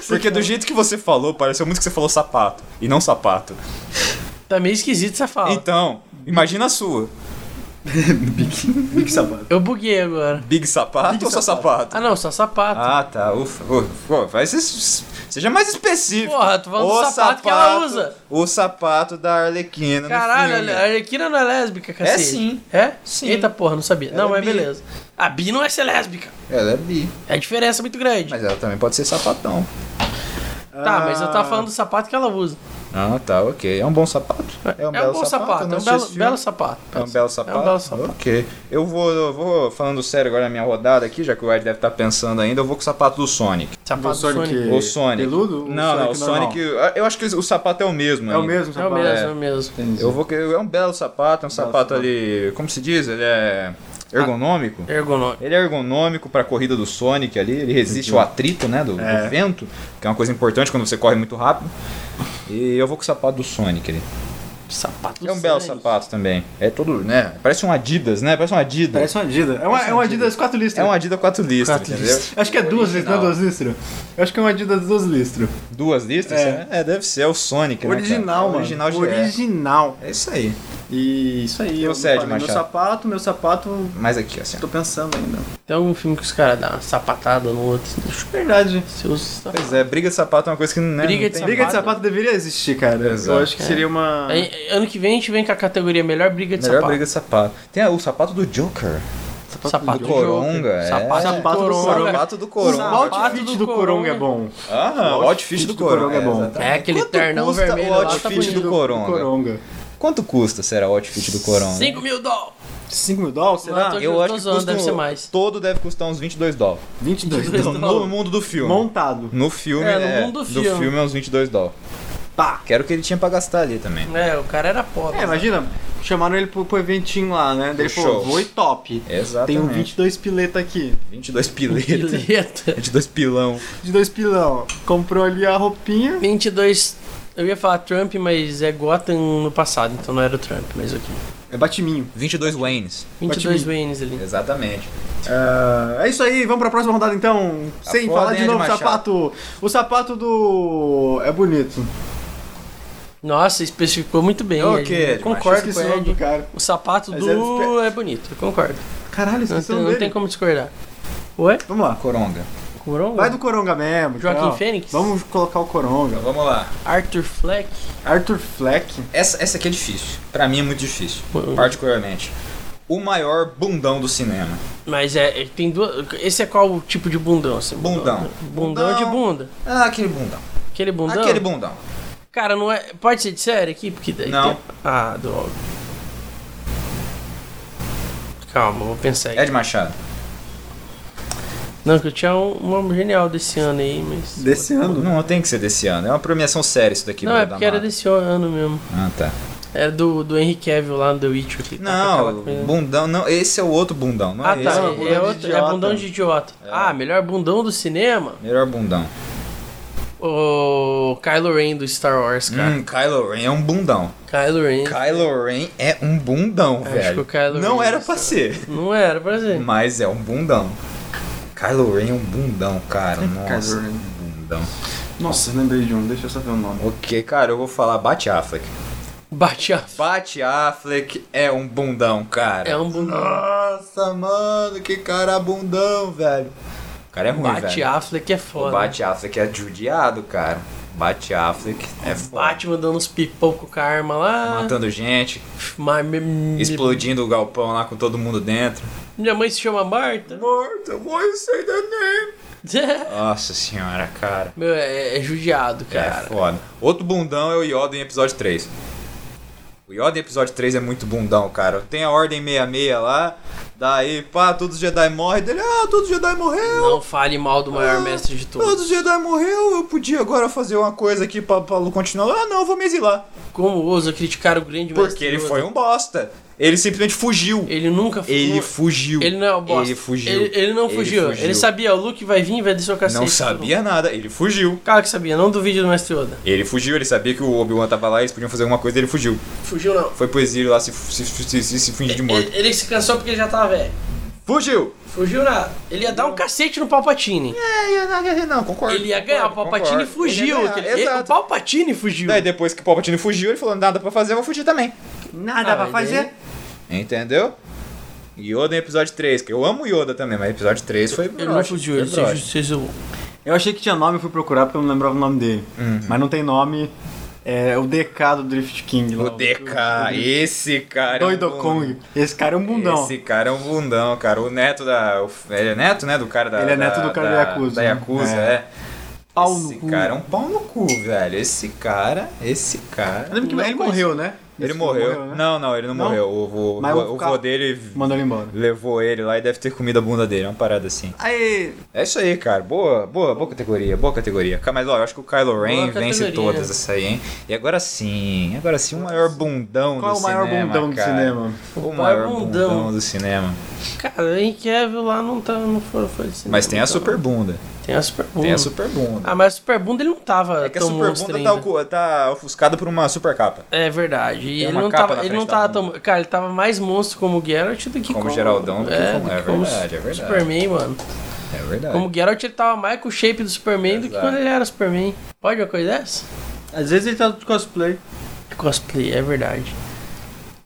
[SPEAKER 1] Porque do jeito que você falou, pareceu muito que você falou sapato e não sapato.
[SPEAKER 2] Tá meio esquisito essa fala.
[SPEAKER 1] Então, imagina a sua.
[SPEAKER 3] Big sapato.
[SPEAKER 2] Eu buguei agora.
[SPEAKER 1] Big sapato ou só sapato?
[SPEAKER 2] Ah, não, só sapato.
[SPEAKER 1] Ah, tá. Ufa. ufa, ufa. Vai ser- seja mais específico.
[SPEAKER 2] Porra, tô falando do sapato que ela usa.
[SPEAKER 1] O sapato da Arlequina Tá no
[SPEAKER 2] Caralho,
[SPEAKER 1] filme.
[SPEAKER 2] a Arlequina não é lésbica, cacete.
[SPEAKER 1] sim.
[SPEAKER 2] É?
[SPEAKER 1] Sim.
[SPEAKER 2] Eita porra, não sabia.
[SPEAKER 1] Ela
[SPEAKER 2] não,
[SPEAKER 1] é
[SPEAKER 2] mas
[SPEAKER 1] bi.
[SPEAKER 2] beleza. A Bi não é ser lésbica.
[SPEAKER 1] Ela é bi.
[SPEAKER 2] É a diferença muito grande.
[SPEAKER 1] Mas ela também pode ser sapatão.
[SPEAKER 2] Tá, mas eu tava
[SPEAKER 3] Ah.
[SPEAKER 2] falando do sapato que ela usa.
[SPEAKER 1] Ah, tá, ok. É um bom sapato.
[SPEAKER 2] É um, bom sapato,
[SPEAKER 1] eu
[SPEAKER 2] é
[SPEAKER 1] não
[SPEAKER 2] um
[SPEAKER 1] assisti
[SPEAKER 2] belo,
[SPEAKER 1] esse filme.
[SPEAKER 2] belo sapato.
[SPEAKER 1] É um belo sapato?
[SPEAKER 2] É um belo sapato.
[SPEAKER 1] Ok. Eu vou, eu vou falando sério agora na minha rodada aqui, já que o Ed deve estar pensando ainda, eu vou com o sapato do Sonic.
[SPEAKER 2] Sapato
[SPEAKER 3] O Sonic-
[SPEAKER 2] Sonic.
[SPEAKER 1] O Sonic.
[SPEAKER 3] Peludo? O
[SPEAKER 1] Não, não, o Sonic.
[SPEAKER 3] Sonic
[SPEAKER 1] Eu acho que o sapato é o mesmo.
[SPEAKER 3] É o
[SPEAKER 1] ainda.
[SPEAKER 3] mesmo
[SPEAKER 2] É o
[SPEAKER 3] sapato.
[SPEAKER 2] mesmo, é o mesmo.
[SPEAKER 1] Eu vou. que- É um belo sapato, é um sapato
[SPEAKER 3] sapato.
[SPEAKER 1] ali. Como se diz? Ele é ergonômico.
[SPEAKER 2] Ergonômico.
[SPEAKER 1] Ele é ergonômico pra corrida do Sonic ali, ele resiste ao atrito, né, do, do
[SPEAKER 3] Uhum. É.
[SPEAKER 1] vento, que é uma coisa importante quando você corre muito rápido. E eu vou com o sapato do Sonic ali.
[SPEAKER 2] Sapato
[SPEAKER 1] é um belo
[SPEAKER 2] Sonic.
[SPEAKER 1] sapato também. É todo, né? Parece um Adidas, né? Parece um Adidas.
[SPEAKER 3] Parece uma Adidas. É uma, é uma Adidas 4 listras.
[SPEAKER 1] É um Adidas 4 listras,
[SPEAKER 2] Quatro
[SPEAKER 1] entendeu?
[SPEAKER 3] Acho que é duas listras, não é
[SPEAKER 1] Original.
[SPEAKER 3] duas listras? Eu acho que é uma Adidas duas listras.
[SPEAKER 1] Duas listras?
[SPEAKER 3] É.
[SPEAKER 1] É, deve ser. É o Sonic, né, cara?
[SPEAKER 3] Original,
[SPEAKER 1] É o
[SPEAKER 3] mano.
[SPEAKER 1] Original de
[SPEAKER 3] Original.
[SPEAKER 1] É isso aí.
[SPEAKER 3] E isso aí. eu
[SPEAKER 1] Você é de
[SPEAKER 3] falei, Meu
[SPEAKER 1] Machado.
[SPEAKER 3] sapato, meu sapato...
[SPEAKER 1] Mas aqui, assim. ó.
[SPEAKER 3] Tô pensando ainda.
[SPEAKER 2] Tem algum filme que os caras dão uma sapatada no outro. né?
[SPEAKER 3] Verdade.
[SPEAKER 2] Seus...
[SPEAKER 1] Pois é, briga de sapato é uma coisa que né,
[SPEAKER 2] Briga
[SPEAKER 1] não
[SPEAKER 2] de
[SPEAKER 1] tem...
[SPEAKER 3] Briga de sapato deveria existir, cara.
[SPEAKER 1] Exato.
[SPEAKER 3] Eu acho que seria uma...
[SPEAKER 2] Aí, ano que vem a gente vem com a categoria melhor briga de
[SPEAKER 1] Melhor
[SPEAKER 2] sapato.
[SPEAKER 1] briga de sapato. Tem ah, o sapato do Joker.
[SPEAKER 2] Sapato
[SPEAKER 1] do
[SPEAKER 2] do Joker.
[SPEAKER 1] Coronga, é.
[SPEAKER 2] Sapato,
[SPEAKER 3] Sapato do
[SPEAKER 2] do
[SPEAKER 3] Coronga.
[SPEAKER 2] Coronga.
[SPEAKER 1] Sapato do
[SPEAKER 3] O
[SPEAKER 1] Coronga.
[SPEAKER 3] outfit
[SPEAKER 2] Sapato
[SPEAKER 3] do
[SPEAKER 2] do
[SPEAKER 3] Coronga
[SPEAKER 2] Coronga.
[SPEAKER 3] é bom.
[SPEAKER 1] Ah, o outfit do Coronga
[SPEAKER 3] é bom.
[SPEAKER 1] exatamente.
[SPEAKER 2] É, aquele
[SPEAKER 1] Quanto
[SPEAKER 2] ternão
[SPEAKER 1] custa
[SPEAKER 2] vermelho
[SPEAKER 1] O
[SPEAKER 2] lá, tá
[SPEAKER 1] outfit
[SPEAKER 2] bonito.
[SPEAKER 1] do Coronga.
[SPEAKER 3] Coronga.
[SPEAKER 1] Quanto custa, será, o outfit do Coronga?
[SPEAKER 2] 5 mil dólares.
[SPEAKER 3] 5 mil dólares, será?
[SPEAKER 2] Não, eu tô-
[SPEAKER 1] Eu acho que
[SPEAKER 2] zoando,
[SPEAKER 1] custa
[SPEAKER 2] deve
[SPEAKER 1] um-
[SPEAKER 2] ser mais.
[SPEAKER 1] todo deve custar uns 22 dólares.
[SPEAKER 3] 22
[SPEAKER 2] 22
[SPEAKER 1] No,
[SPEAKER 3] dólares.
[SPEAKER 2] dólares.
[SPEAKER 1] no mundo do filme.
[SPEAKER 3] Montado.
[SPEAKER 1] No filme,
[SPEAKER 2] É, no
[SPEAKER 1] é,
[SPEAKER 2] mundo do
[SPEAKER 1] do
[SPEAKER 2] filme.
[SPEAKER 1] filme é uns 22 dólares.
[SPEAKER 3] Pá.
[SPEAKER 1] Quero que ele tinha pra gastar ali também.
[SPEAKER 2] É, o cara era pobre.
[SPEAKER 3] Tá. É, imagina, chamaram ele pro, pro eventinho lá, né? Daí ele falou,
[SPEAKER 1] show.
[SPEAKER 3] vou e top.
[SPEAKER 1] Exatamente.
[SPEAKER 3] Tem um 22 pileta aqui,
[SPEAKER 1] 22
[SPEAKER 2] Que
[SPEAKER 1] piletas.
[SPEAKER 2] letra.
[SPEAKER 1] 22 pilão.
[SPEAKER 3] de dois pilão. Comprou ali a roupinha.
[SPEAKER 2] 22... Eu ia falar Trump, mas é Gotham no passado, então não era o Trump, mas ok.
[SPEAKER 3] É batiminho.
[SPEAKER 1] 22 Waynes.
[SPEAKER 3] tipo,
[SPEAKER 2] 22 Waynes ali.
[SPEAKER 1] Exatamente.
[SPEAKER 3] Ah, é isso aí, vamos pra próxima rodada então. Sem
[SPEAKER 1] porra
[SPEAKER 3] falar
[SPEAKER 1] tem
[SPEAKER 3] de
[SPEAKER 1] a de
[SPEAKER 3] novo,
[SPEAKER 1] Machado.
[SPEAKER 3] sapato. O sapato do. É bonito.
[SPEAKER 2] Nossa, especificou muito bem.
[SPEAKER 1] É o
[SPEAKER 2] Ed.
[SPEAKER 1] quê, Ed?
[SPEAKER 2] Concordo
[SPEAKER 3] Esqueci
[SPEAKER 2] com
[SPEAKER 3] o nome
[SPEAKER 2] o
[SPEAKER 3] do
[SPEAKER 2] Ed.
[SPEAKER 3] cara.
[SPEAKER 2] O sapato
[SPEAKER 3] Mas era
[SPEAKER 2] do é bonito, eu concordo.
[SPEAKER 3] Caralho,
[SPEAKER 2] Não,
[SPEAKER 3] esqueci
[SPEAKER 2] tem,
[SPEAKER 3] o
[SPEAKER 2] não
[SPEAKER 3] nome
[SPEAKER 2] tem
[SPEAKER 3] dele.
[SPEAKER 2] como discordar. Ué?
[SPEAKER 3] Vamos lá.
[SPEAKER 1] Coronga.
[SPEAKER 2] Coronga?
[SPEAKER 3] Vai do Coronga mesmo.
[SPEAKER 2] Joaquim
[SPEAKER 3] então.
[SPEAKER 2] Fênix?
[SPEAKER 3] Vamos colocar o Coronga.
[SPEAKER 1] Então vamos lá.
[SPEAKER 2] Arthur Fleck?
[SPEAKER 3] Arthur Fleck.
[SPEAKER 1] Essa, essa aqui é difícil. Pra mim é muito difícil.
[SPEAKER 2] Pô.
[SPEAKER 1] Particularmente. O maior bundão do cinema.
[SPEAKER 2] Mas é, é, tem duas. Esse é qual o tipo de bundão? assim?
[SPEAKER 1] Bundão.
[SPEAKER 2] Bundão de bunda.
[SPEAKER 1] Ah, aquele bundão.
[SPEAKER 2] Aquele bundão?
[SPEAKER 1] Aquele bundão.
[SPEAKER 2] Cara, não é. Pode ser de série aqui? Porque daí
[SPEAKER 1] Não.
[SPEAKER 2] tem- Ah, droga. Calma, vou pensar aí.
[SPEAKER 1] Ed Machado.
[SPEAKER 2] Não, que eu tinha um um nome genial desse ano aí, mas.
[SPEAKER 3] Desse ano.
[SPEAKER 1] Não tem que ser desse ano. É uma premiação séria isso daqui.
[SPEAKER 2] não,
[SPEAKER 1] meu
[SPEAKER 2] é porque era
[SPEAKER 1] danado.
[SPEAKER 2] desse ano mesmo.
[SPEAKER 1] Ah, tá.
[SPEAKER 2] Era do, do Henry Cavill lá no The Witcher. que tá com aquela
[SPEAKER 1] Não,
[SPEAKER 2] coisa.
[SPEAKER 1] bundão não. Esse é o outro bundão, não
[SPEAKER 2] Ah,
[SPEAKER 1] é
[SPEAKER 2] tá.
[SPEAKER 1] esse. É.
[SPEAKER 3] é bundão
[SPEAKER 2] É, é
[SPEAKER 3] de
[SPEAKER 2] outro, é
[SPEAKER 3] idiota.
[SPEAKER 2] bundão de idiota. Ah, melhor bundão do cinema?
[SPEAKER 1] Melhor bundão.
[SPEAKER 2] O Kylo Ren do Star Wars, cara.
[SPEAKER 1] Hum, Kylo Ren é um bundão.
[SPEAKER 2] Kylo Ren.
[SPEAKER 1] Kylo Ren é um bundão,
[SPEAKER 2] Acho
[SPEAKER 1] velho.
[SPEAKER 2] que o Kylo
[SPEAKER 1] não
[SPEAKER 2] Ren
[SPEAKER 1] era
[SPEAKER 2] é
[SPEAKER 1] pra ser,
[SPEAKER 2] Não era, por exemplo.
[SPEAKER 1] mas é um bundão. Kylo Ren é um bundão, cara. Nossa, um
[SPEAKER 3] Kylo Ren.
[SPEAKER 1] bundão.
[SPEAKER 3] Nossa, lembrei de um. Deixa eu só ver o nome.
[SPEAKER 1] Ok, cara, eu vou falar Bat Affleck.
[SPEAKER 2] Bate a.
[SPEAKER 1] Bat Affleck é um bundão, cara.
[SPEAKER 2] É um bundão.
[SPEAKER 1] Nossa, mano, que cara bundão, velho. O cara é ruim,
[SPEAKER 2] Bate
[SPEAKER 1] velho.
[SPEAKER 2] Affleck é
[SPEAKER 1] O
[SPEAKER 2] foda.
[SPEAKER 1] Bat Affleck é judiado, cara. Bat Affleck é foda.
[SPEAKER 2] Batman dando uns pipocos com a arma lá.
[SPEAKER 1] Matando gente,
[SPEAKER 2] Ma- me- me-
[SPEAKER 1] explodindo o galpão lá com todo mundo dentro.
[SPEAKER 2] Minha mãe se chama Marta.
[SPEAKER 1] Morta, why you say that name? Nossa senhora, cara.
[SPEAKER 2] Meu, é, é judiado,
[SPEAKER 1] É
[SPEAKER 2] cara.
[SPEAKER 1] foda. Outro bundão é o Yoda em episódio 3. O Yoda em episódio 3 é muito bundão, cara. Tem a Ordem 66 lá, daí pá, todos os Jedi morrem dele. Ah, todos os Jedi morreu.
[SPEAKER 2] Não fale mal do maior
[SPEAKER 1] Ah,
[SPEAKER 2] mestre de
[SPEAKER 1] Todos
[SPEAKER 2] todos.
[SPEAKER 1] os Jedi morreu, eu podia agora fazer uma coisa aqui pra, pra continuar. Ah, não, eu vou me exilar.
[SPEAKER 2] Como ousa criticar o grande mestre?
[SPEAKER 1] Porque ele
[SPEAKER 2] Yoda?
[SPEAKER 1] foi um bosta. Ele simplesmente fugiu.
[SPEAKER 2] Ele nunca foi. um-
[SPEAKER 1] Ele fugiu.
[SPEAKER 2] Ele não é o bosta.
[SPEAKER 1] Ele fugiu.
[SPEAKER 2] Ele, ele não fugiu. Ele, sabia, o Luke vai vir e vai descer o cacete.
[SPEAKER 1] Não sabia nada, ele fugiu.
[SPEAKER 2] Cara que sabia, não duvide do mestre Yoda.
[SPEAKER 1] Ele fugiu, ele sabia que o Obi-Wan tava lá, eles podiam fazer alguma coisa, ele fugiu.
[SPEAKER 2] Fugiu não.
[SPEAKER 1] Foi pro exílio lá se, se, se, se- se fingir É de morto.
[SPEAKER 2] Ele, ele se cansou porque ele já tava velho.
[SPEAKER 1] Fugiu!
[SPEAKER 2] Fugiu nada. Ele ia dar um cacete no Palpatine.
[SPEAKER 1] É, não, concordo.
[SPEAKER 2] ele ia ganhar, o Palpatine fugiu. aquele- ele- o
[SPEAKER 1] Exato.
[SPEAKER 2] Palpatine fugiu.
[SPEAKER 1] Daí depois que o Palpatine fugiu, ele falou, nada pra fazer, eu vou fugir também.
[SPEAKER 3] Nada
[SPEAKER 2] Ah,
[SPEAKER 3] pra
[SPEAKER 2] mas
[SPEAKER 3] fazer.
[SPEAKER 1] Entendeu? Yoda em episódio 3, que eu amo Yoda também, mas episódio 3 foi
[SPEAKER 2] Ele não
[SPEAKER 1] broxa,
[SPEAKER 2] fugiu,
[SPEAKER 1] foi
[SPEAKER 2] ele se
[SPEAKER 1] broxa.
[SPEAKER 2] se isolou.
[SPEAKER 3] Eu achei que tinha nome, eu fui procurar porque eu não lembrava o nome dele.
[SPEAKER 1] Uhum.
[SPEAKER 3] Mas não tem nome. É o DK do Drift King lá.
[SPEAKER 1] O DK, esse cara é um
[SPEAKER 3] Doido
[SPEAKER 1] bundão.
[SPEAKER 3] Kong. Esse cara é um bundão.
[SPEAKER 1] Esse cara é um bundão, cara. O neto da. o- ele é neto, né? Do cara da.
[SPEAKER 3] Ele é neto
[SPEAKER 1] da-
[SPEAKER 3] do cara da Yakuza,
[SPEAKER 1] Da
[SPEAKER 3] né?
[SPEAKER 1] Yakuza,
[SPEAKER 3] É.
[SPEAKER 1] é.
[SPEAKER 3] Pau
[SPEAKER 1] esse
[SPEAKER 3] no cu.
[SPEAKER 1] cara é um pau no cu, velho. Esse cara, esse cara.
[SPEAKER 3] Eu lembro que
[SPEAKER 2] Não
[SPEAKER 3] ele
[SPEAKER 2] conheço.
[SPEAKER 3] morreu, né?
[SPEAKER 1] Ele
[SPEAKER 3] Esse
[SPEAKER 1] morreu.
[SPEAKER 3] né?
[SPEAKER 1] Não, não, ele não,
[SPEAKER 3] Não?
[SPEAKER 1] morreu. O, o,
[SPEAKER 3] Mas
[SPEAKER 1] o,
[SPEAKER 3] o
[SPEAKER 1] o
[SPEAKER 3] cara-
[SPEAKER 1] vô dele
[SPEAKER 3] Mandou ele embora.
[SPEAKER 1] levou ele lá e deve ter comido a bunda dele. É uma parada assim.
[SPEAKER 3] Aí,
[SPEAKER 1] É isso aí, cara. Boa, boa, boa categoria, boa categoria. Ca- Mas ó, eu acho que o Kylo Ren
[SPEAKER 2] Boa
[SPEAKER 1] vence
[SPEAKER 2] categoria.
[SPEAKER 1] todas essa aí, hein? E agora sim, agora sim, o maior bundão
[SPEAKER 3] qual é
[SPEAKER 1] do
[SPEAKER 3] o maior
[SPEAKER 1] cinema,
[SPEAKER 3] bundão
[SPEAKER 1] cara.
[SPEAKER 3] do cinema?
[SPEAKER 1] O
[SPEAKER 2] maior
[SPEAKER 1] maior
[SPEAKER 2] bundão.
[SPEAKER 1] bundão do cinema.
[SPEAKER 2] Cara, o Henry Cavill lá não, tá, não foi, foi assim.
[SPEAKER 1] Mas tem a super bunda.
[SPEAKER 2] Tem a Super Bunda.
[SPEAKER 1] Tem a super bunda.
[SPEAKER 2] Ah, mas a Super Bunda ele não tava
[SPEAKER 1] é que a
[SPEAKER 2] tão
[SPEAKER 1] super
[SPEAKER 2] monstro
[SPEAKER 1] bunda
[SPEAKER 2] ainda.
[SPEAKER 1] tá, ocu- tá ofuscada por uma super capa.
[SPEAKER 2] É verdade. E
[SPEAKER 1] Tem
[SPEAKER 2] ele
[SPEAKER 1] uma
[SPEAKER 2] não
[SPEAKER 1] capa
[SPEAKER 2] tava,
[SPEAKER 1] na
[SPEAKER 2] ele
[SPEAKER 1] frente
[SPEAKER 2] não
[SPEAKER 1] da
[SPEAKER 2] tava
[SPEAKER 1] bunda.
[SPEAKER 2] tão. Cara, ele tava mais monstro como Geralt do que
[SPEAKER 1] Como Geraldão do que
[SPEAKER 2] é,
[SPEAKER 1] como-
[SPEAKER 2] do que
[SPEAKER 1] é
[SPEAKER 2] como
[SPEAKER 1] verdade, é verdade.
[SPEAKER 2] Superman, mano.
[SPEAKER 1] É verdade.
[SPEAKER 2] Como Geralt ele tava mais com o shape do Superman do que
[SPEAKER 1] Exato.
[SPEAKER 2] quando ele era Superman. Pode uma coisa dessa?
[SPEAKER 3] Às vezes ele tá de cosplay.
[SPEAKER 2] Cosplay, é verdade.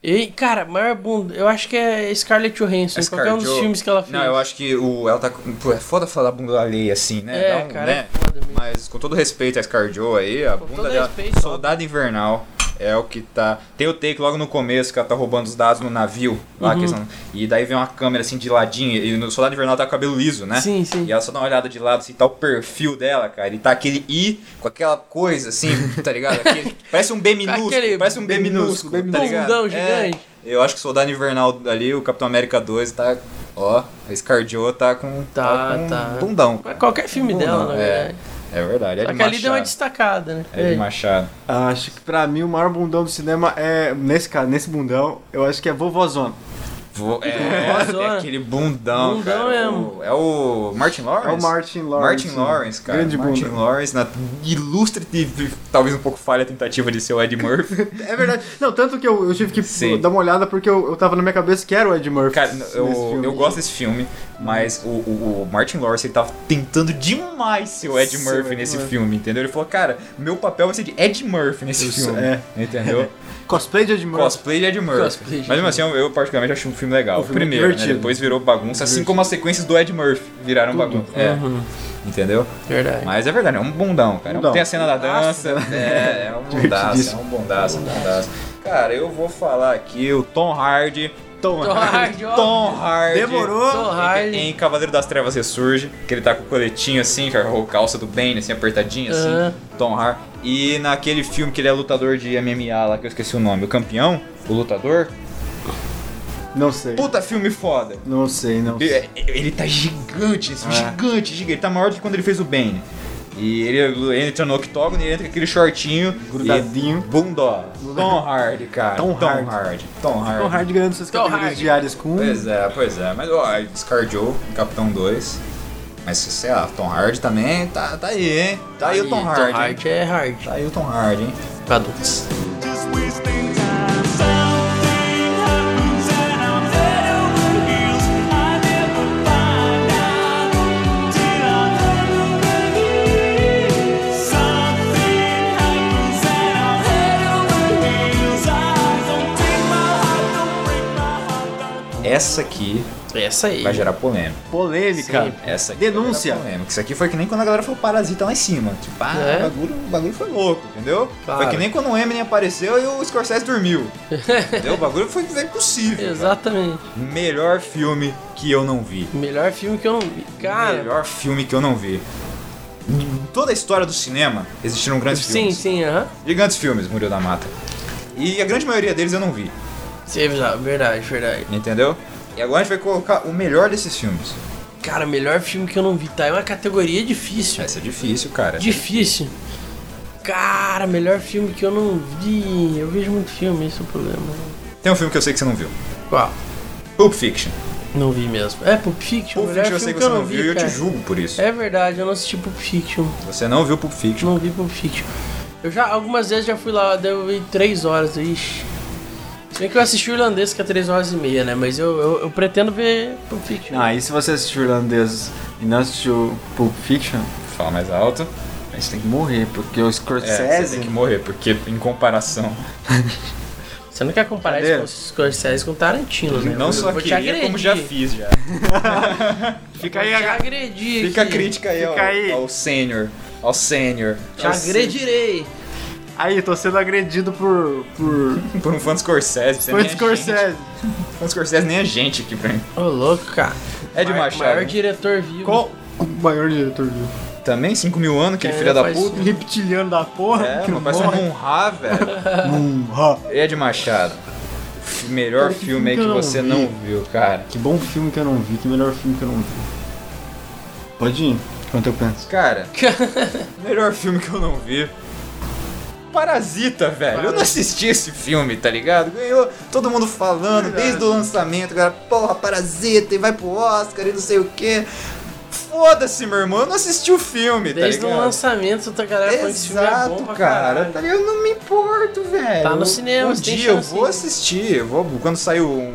[SPEAKER 2] E, cara, maior bunda. Eu acho que é Scarlett Johansson, qualquer um dos
[SPEAKER 1] Scarlett-
[SPEAKER 2] filmes que ela fez.
[SPEAKER 1] Não, eu acho que o, ela tá. com- Pô, é foda falar bunda alheia assim, né?
[SPEAKER 2] É,
[SPEAKER 1] Dá um-
[SPEAKER 2] cara,
[SPEAKER 1] né?
[SPEAKER 2] é foda mesmo.
[SPEAKER 1] Mas com todo respeito a Scar Joe aí, a bunda
[SPEAKER 2] todo
[SPEAKER 1] dela. é
[SPEAKER 2] respeito,
[SPEAKER 1] Soldado Invernal é o que tá. Tem o take logo no começo que ela tá roubando os dados no navio lá.
[SPEAKER 2] Uhum.
[SPEAKER 1] que eles não- e daí vem uma câmera assim de ladinho. E no Soldado Invernal tá com o cabelo liso, né?
[SPEAKER 2] Sim, sim.
[SPEAKER 1] E ela só dá uma olhada de lado assim, tá o perfil dela, cara. E tá aquele I com aquela coisa assim, tá ligado? Aquele- parece um B minúsculo.
[SPEAKER 2] Aquele
[SPEAKER 1] parece um B,
[SPEAKER 3] B
[SPEAKER 1] minúsculo,
[SPEAKER 3] minúsculo,
[SPEAKER 1] tá
[SPEAKER 2] bundão
[SPEAKER 1] ligado?
[SPEAKER 2] gigante.
[SPEAKER 1] É, eu acho que o Soldado Invernal ali, o Capitão América 2 tá. Ó, a Scar Joe tá com.
[SPEAKER 2] Tá,
[SPEAKER 1] com
[SPEAKER 2] tá.
[SPEAKER 1] Bundão.
[SPEAKER 2] Mas Qualquer filme
[SPEAKER 1] Bundão,
[SPEAKER 2] dela, na
[SPEAKER 1] é.
[SPEAKER 2] verdade.
[SPEAKER 1] É verdade. É
[SPEAKER 2] Só
[SPEAKER 1] de
[SPEAKER 2] que ali deu uma
[SPEAKER 1] Machado.
[SPEAKER 2] destacada, né?
[SPEAKER 1] É de Machado.
[SPEAKER 3] Acho que pra mim o maior bundão do cinema é. Nesse cara, nesse bundão, eu acho que é vovozona.
[SPEAKER 1] Vo- É,
[SPEAKER 2] Vozona.
[SPEAKER 1] é aquele bundão,
[SPEAKER 2] Bundão
[SPEAKER 1] cara.
[SPEAKER 2] mesmo.
[SPEAKER 1] É o Martin Lawrence?
[SPEAKER 3] É o Martin Lawrence. né?
[SPEAKER 1] Martin Lawrence, cara.
[SPEAKER 3] Grande
[SPEAKER 1] Martin
[SPEAKER 3] bunda.
[SPEAKER 1] Lawrence, na ilustre, e- e talvez um pouco falha tentativa de ser o Ed Murphy.
[SPEAKER 3] É verdade. Não, tanto que eu, eu tive que
[SPEAKER 1] Sim.
[SPEAKER 3] dar uma olhada porque eu, eu tava na minha cabeça que era o Ed Murphy.
[SPEAKER 1] Cara,
[SPEAKER 3] nesse
[SPEAKER 1] eu,
[SPEAKER 3] filme.
[SPEAKER 1] eu gosto desse filme, mas o, o- o Martin Lawrence ele tava tentando demais ser o Ed
[SPEAKER 3] Ser o
[SPEAKER 1] Murphy
[SPEAKER 3] Ed
[SPEAKER 1] nesse
[SPEAKER 3] Murphy.
[SPEAKER 1] filme, entendeu? Ele falou, cara, meu papel vai ser de Ed Murphy nesse
[SPEAKER 3] Isso,
[SPEAKER 1] filme.
[SPEAKER 3] é.
[SPEAKER 1] Entendeu?
[SPEAKER 3] Cosplay de Ed Murphy.
[SPEAKER 1] Cosplay de Ed Murphy.
[SPEAKER 2] Cosplay de
[SPEAKER 1] Mas mesmo assim, eu, eu particularmente acho um filme legal.
[SPEAKER 3] Um filme
[SPEAKER 1] Primeiro, né?
[SPEAKER 3] divertido.
[SPEAKER 1] Depois virou bagunça, assim como as sequências do Ed Murphy viraram bagunça. É. Entendeu?
[SPEAKER 2] Verdade.
[SPEAKER 1] Mas é verdade, é um bundão, cara.
[SPEAKER 3] Bundão. né?
[SPEAKER 1] Tem a cena da dança. É, é um bundaço, é um bundaço, um bundaço. Cara, eu vou falar aqui o Tom Hardy.
[SPEAKER 3] Tom
[SPEAKER 2] Tom Hardy, ó.
[SPEAKER 1] Tom Hardy.
[SPEAKER 3] Demorou.
[SPEAKER 2] Tom Hardy.
[SPEAKER 1] Em, em Cavaleiro das Trevas Ressurge, que ele tá com o coletinho assim, cara, com a calça do Bane, assim, apertadinha, assim.
[SPEAKER 2] Aham.
[SPEAKER 1] Tom Hardy. E naquele filme que ele é lutador de MMA lá, que eu esqueci o nome, o campeão, o lutador.
[SPEAKER 3] Não sei.
[SPEAKER 1] Puta filme foda.
[SPEAKER 3] Não sei, não sei.
[SPEAKER 1] Ele, ele tá gigante, esse
[SPEAKER 3] Ah.
[SPEAKER 1] gigante, gigante. Ele tá maior do que quando ele fez o Bane. E ele, ele entra no octógono e ele entra com aquele shortinho.
[SPEAKER 3] Grudadinho.
[SPEAKER 1] E bundó. Tom Hardy, cara.
[SPEAKER 3] Tom Hardy.
[SPEAKER 1] Hardy. Tom Hardy.
[SPEAKER 3] Tom Hardy ganhando suas
[SPEAKER 2] Tom
[SPEAKER 3] categorias
[SPEAKER 2] Hardy.
[SPEAKER 3] diárias com um.
[SPEAKER 1] Pois é, pois é. Mas, ó, descardiou em Capitão 2. Mas, sei lá, Tom Hardy também tá, tá aí, hein? Tá aí, o Tom Hardy. hein?
[SPEAKER 2] é hard.
[SPEAKER 1] Tá aí o Tom Hardy, hein?
[SPEAKER 2] Pra adultos.
[SPEAKER 4] Just wasting time. Something happens and I'm head over heels. I never find out till I'm head over heels. Something happens and I'm head over heels. I don't take my heart, don't break my heart. Don't
[SPEAKER 1] Essa aqui
[SPEAKER 2] É Essa aí.
[SPEAKER 1] vai gerar polêmica.
[SPEAKER 3] Polêmica.
[SPEAKER 2] Sim.
[SPEAKER 1] Essa aqui
[SPEAKER 3] Denúncia.
[SPEAKER 1] vai gerar polêmica. Isso aqui foi que nem quando a galera falou parasita lá em cima. Tipo, ah,
[SPEAKER 2] É.
[SPEAKER 1] o, bagulho, o bagulho foi louco, entendeu?
[SPEAKER 2] Claro.
[SPEAKER 1] Foi que nem quando o Eminem apareceu e o Scorsese dormiu. entendeu? O bagulho foi é impossível.
[SPEAKER 2] Exatamente.
[SPEAKER 1] Melhor filme que eu não vi.
[SPEAKER 2] Melhor filme que eu não vi. Cara,
[SPEAKER 1] Melhor filme que eu não vi. Em toda a história do cinema existiram grandes
[SPEAKER 2] sim,
[SPEAKER 1] filmes.
[SPEAKER 2] sim, aham.
[SPEAKER 1] Gigantes filmes, Murilo da Mata. E a grande maioria deles eu não vi,
[SPEAKER 2] Sim, é verdade, verdade.
[SPEAKER 1] entendeu? E agora a gente vai colocar o melhor desses filmes.
[SPEAKER 2] Cara, melhor filme que eu não vi, tá? É uma categoria difícil.
[SPEAKER 1] Essa é difícil, cara.
[SPEAKER 2] Difícil. Cara, melhor filme que eu não vi. Eu vejo muito filme, esse é o problema.
[SPEAKER 1] Tem um filme que eu sei que você não viu.
[SPEAKER 2] Qual?
[SPEAKER 1] Pulp Fiction.
[SPEAKER 2] Não vi mesmo. É Pulp Fiction, o
[SPEAKER 1] Pulp
[SPEAKER 2] melhor
[SPEAKER 1] Fiction eu
[SPEAKER 2] filme
[SPEAKER 1] sei que
[SPEAKER 2] que
[SPEAKER 1] você
[SPEAKER 2] eu
[SPEAKER 1] não
[SPEAKER 2] não
[SPEAKER 1] viu e
[SPEAKER 2] vi,
[SPEAKER 1] eu te
[SPEAKER 2] cara.
[SPEAKER 1] julgo por isso.
[SPEAKER 2] É verdade, eu não assisti Pulp Fiction.
[SPEAKER 1] Você não viu Pulp Fiction.
[SPEAKER 2] Não vi Pulp Fiction. Eu já, algumas vezes já fui lá, daí eu vi 3 horas, ixi. Se bem que eu assisti o irlandês, que é 3 horas e meia, né? Mas eu, eu, eu pretendo ver Pulp Fiction.
[SPEAKER 3] Ah, e se você assistiu Irlandês e não assistiu Pulp Fiction,
[SPEAKER 1] Fala mais alto.
[SPEAKER 3] aí você tem que morrer, porque o
[SPEAKER 1] É,
[SPEAKER 3] Scorsese...
[SPEAKER 1] você tem que morrer, porque em comparação.
[SPEAKER 2] Você não quer comparar isso
[SPEAKER 3] Cadê?
[SPEAKER 2] com os Scorsese com Tarantino, né?
[SPEAKER 1] Não
[SPEAKER 2] Eu
[SPEAKER 1] só
[SPEAKER 2] vou te
[SPEAKER 1] queria, como já
[SPEAKER 2] agredir.
[SPEAKER 1] fiz já.
[SPEAKER 3] Fica
[SPEAKER 2] Vou
[SPEAKER 3] aí,
[SPEAKER 2] te
[SPEAKER 3] a...
[SPEAKER 2] agredi
[SPEAKER 1] Fica a
[SPEAKER 2] aqui.
[SPEAKER 1] crítica aí,
[SPEAKER 3] Fica
[SPEAKER 1] ao,
[SPEAKER 3] aí.
[SPEAKER 1] ao sênior. Ao sênior.
[SPEAKER 2] Te
[SPEAKER 1] Ao sênior.
[SPEAKER 2] agredirei.
[SPEAKER 3] aí, tô sendo agredido por... por...
[SPEAKER 1] Por um fã do Scorsese. Você
[SPEAKER 3] Foi
[SPEAKER 1] nem é
[SPEAKER 3] Scorsese.
[SPEAKER 1] gente. Fã do Scorsese nem é gente aqui pra mim.
[SPEAKER 2] Ô, louco, cara.
[SPEAKER 1] É de
[SPEAKER 2] Maior-
[SPEAKER 1] Machado.
[SPEAKER 2] Maior
[SPEAKER 1] né?
[SPEAKER 2] diretor vivo.
[SPEAKER 1] Qual?
[SPEAKER 3] O maior diretor vivo.
[SPEAKER 1] Também, 5 mil anos, aquele
[SPEAKER 2] É,
[SPEAKER 1] filho da
[SPEAKER 2] faz-
[SPEAKER 1] puta.
[SPEAKER 3] Reptiliano da porra.
[SPEAKER 1] É,
[SPEAKER 3] que não
[SPEAKER 1] mano, parece um
[SPEAKER 3] morre.
[SPEAKER 1] Munhá, velho.
[SPEAKER 3] Hum, ha.
[SPEAKER 1] Ed Machado. F- Melhor
[SPEAKER 3] Cara, que
[SPEAKER 1] filme aí que
[SPEAKER 3] filme que eu
[SPEAKER 1] você
[SPEAKER 3] não
[SPEAKER 1] não viu, cara.
[SPEAKER 3] Que bom filme que eu não vi, que melhor filme que eu não vi. Pode ir, enquanto eu penso.
[SPEAKER 1] Cara, melhor filme que eu não vi. Parasita, velho. Eu não assisti esse filme, tá ligado? Ganhou todo mundo falando desde o lançamento, cara. Porra, Parasita, e vai pro Oscar e não sei o quê. Foda-se, meu irmão. Eu não assisti o filme,
[SPEAKER 2] Desde
[SPEAKER 1] tá
[SPEAKER 2] o
[SPEAKER 1] ligado?
[SPEAKER 2] lançamento, a galera falando que esse filme é
[SPEAKER 1] Exato,
[SPEAKER 2] bom pra
[SPEAKER 1] cara.
[SPEAKER 2] caralho.
[SPEAKER 1] Tá ligado? Eu não me importo, velho.
[SPEAKER 2] Tá no cinema,
[SPEAKER 1] Um
[SPEAKER 2] você tem
[SPEAKER 1] dia eu
[SPEAKER 2] chance.
[SPEAKER 1] vou assistir. Eu vou, quando sair um,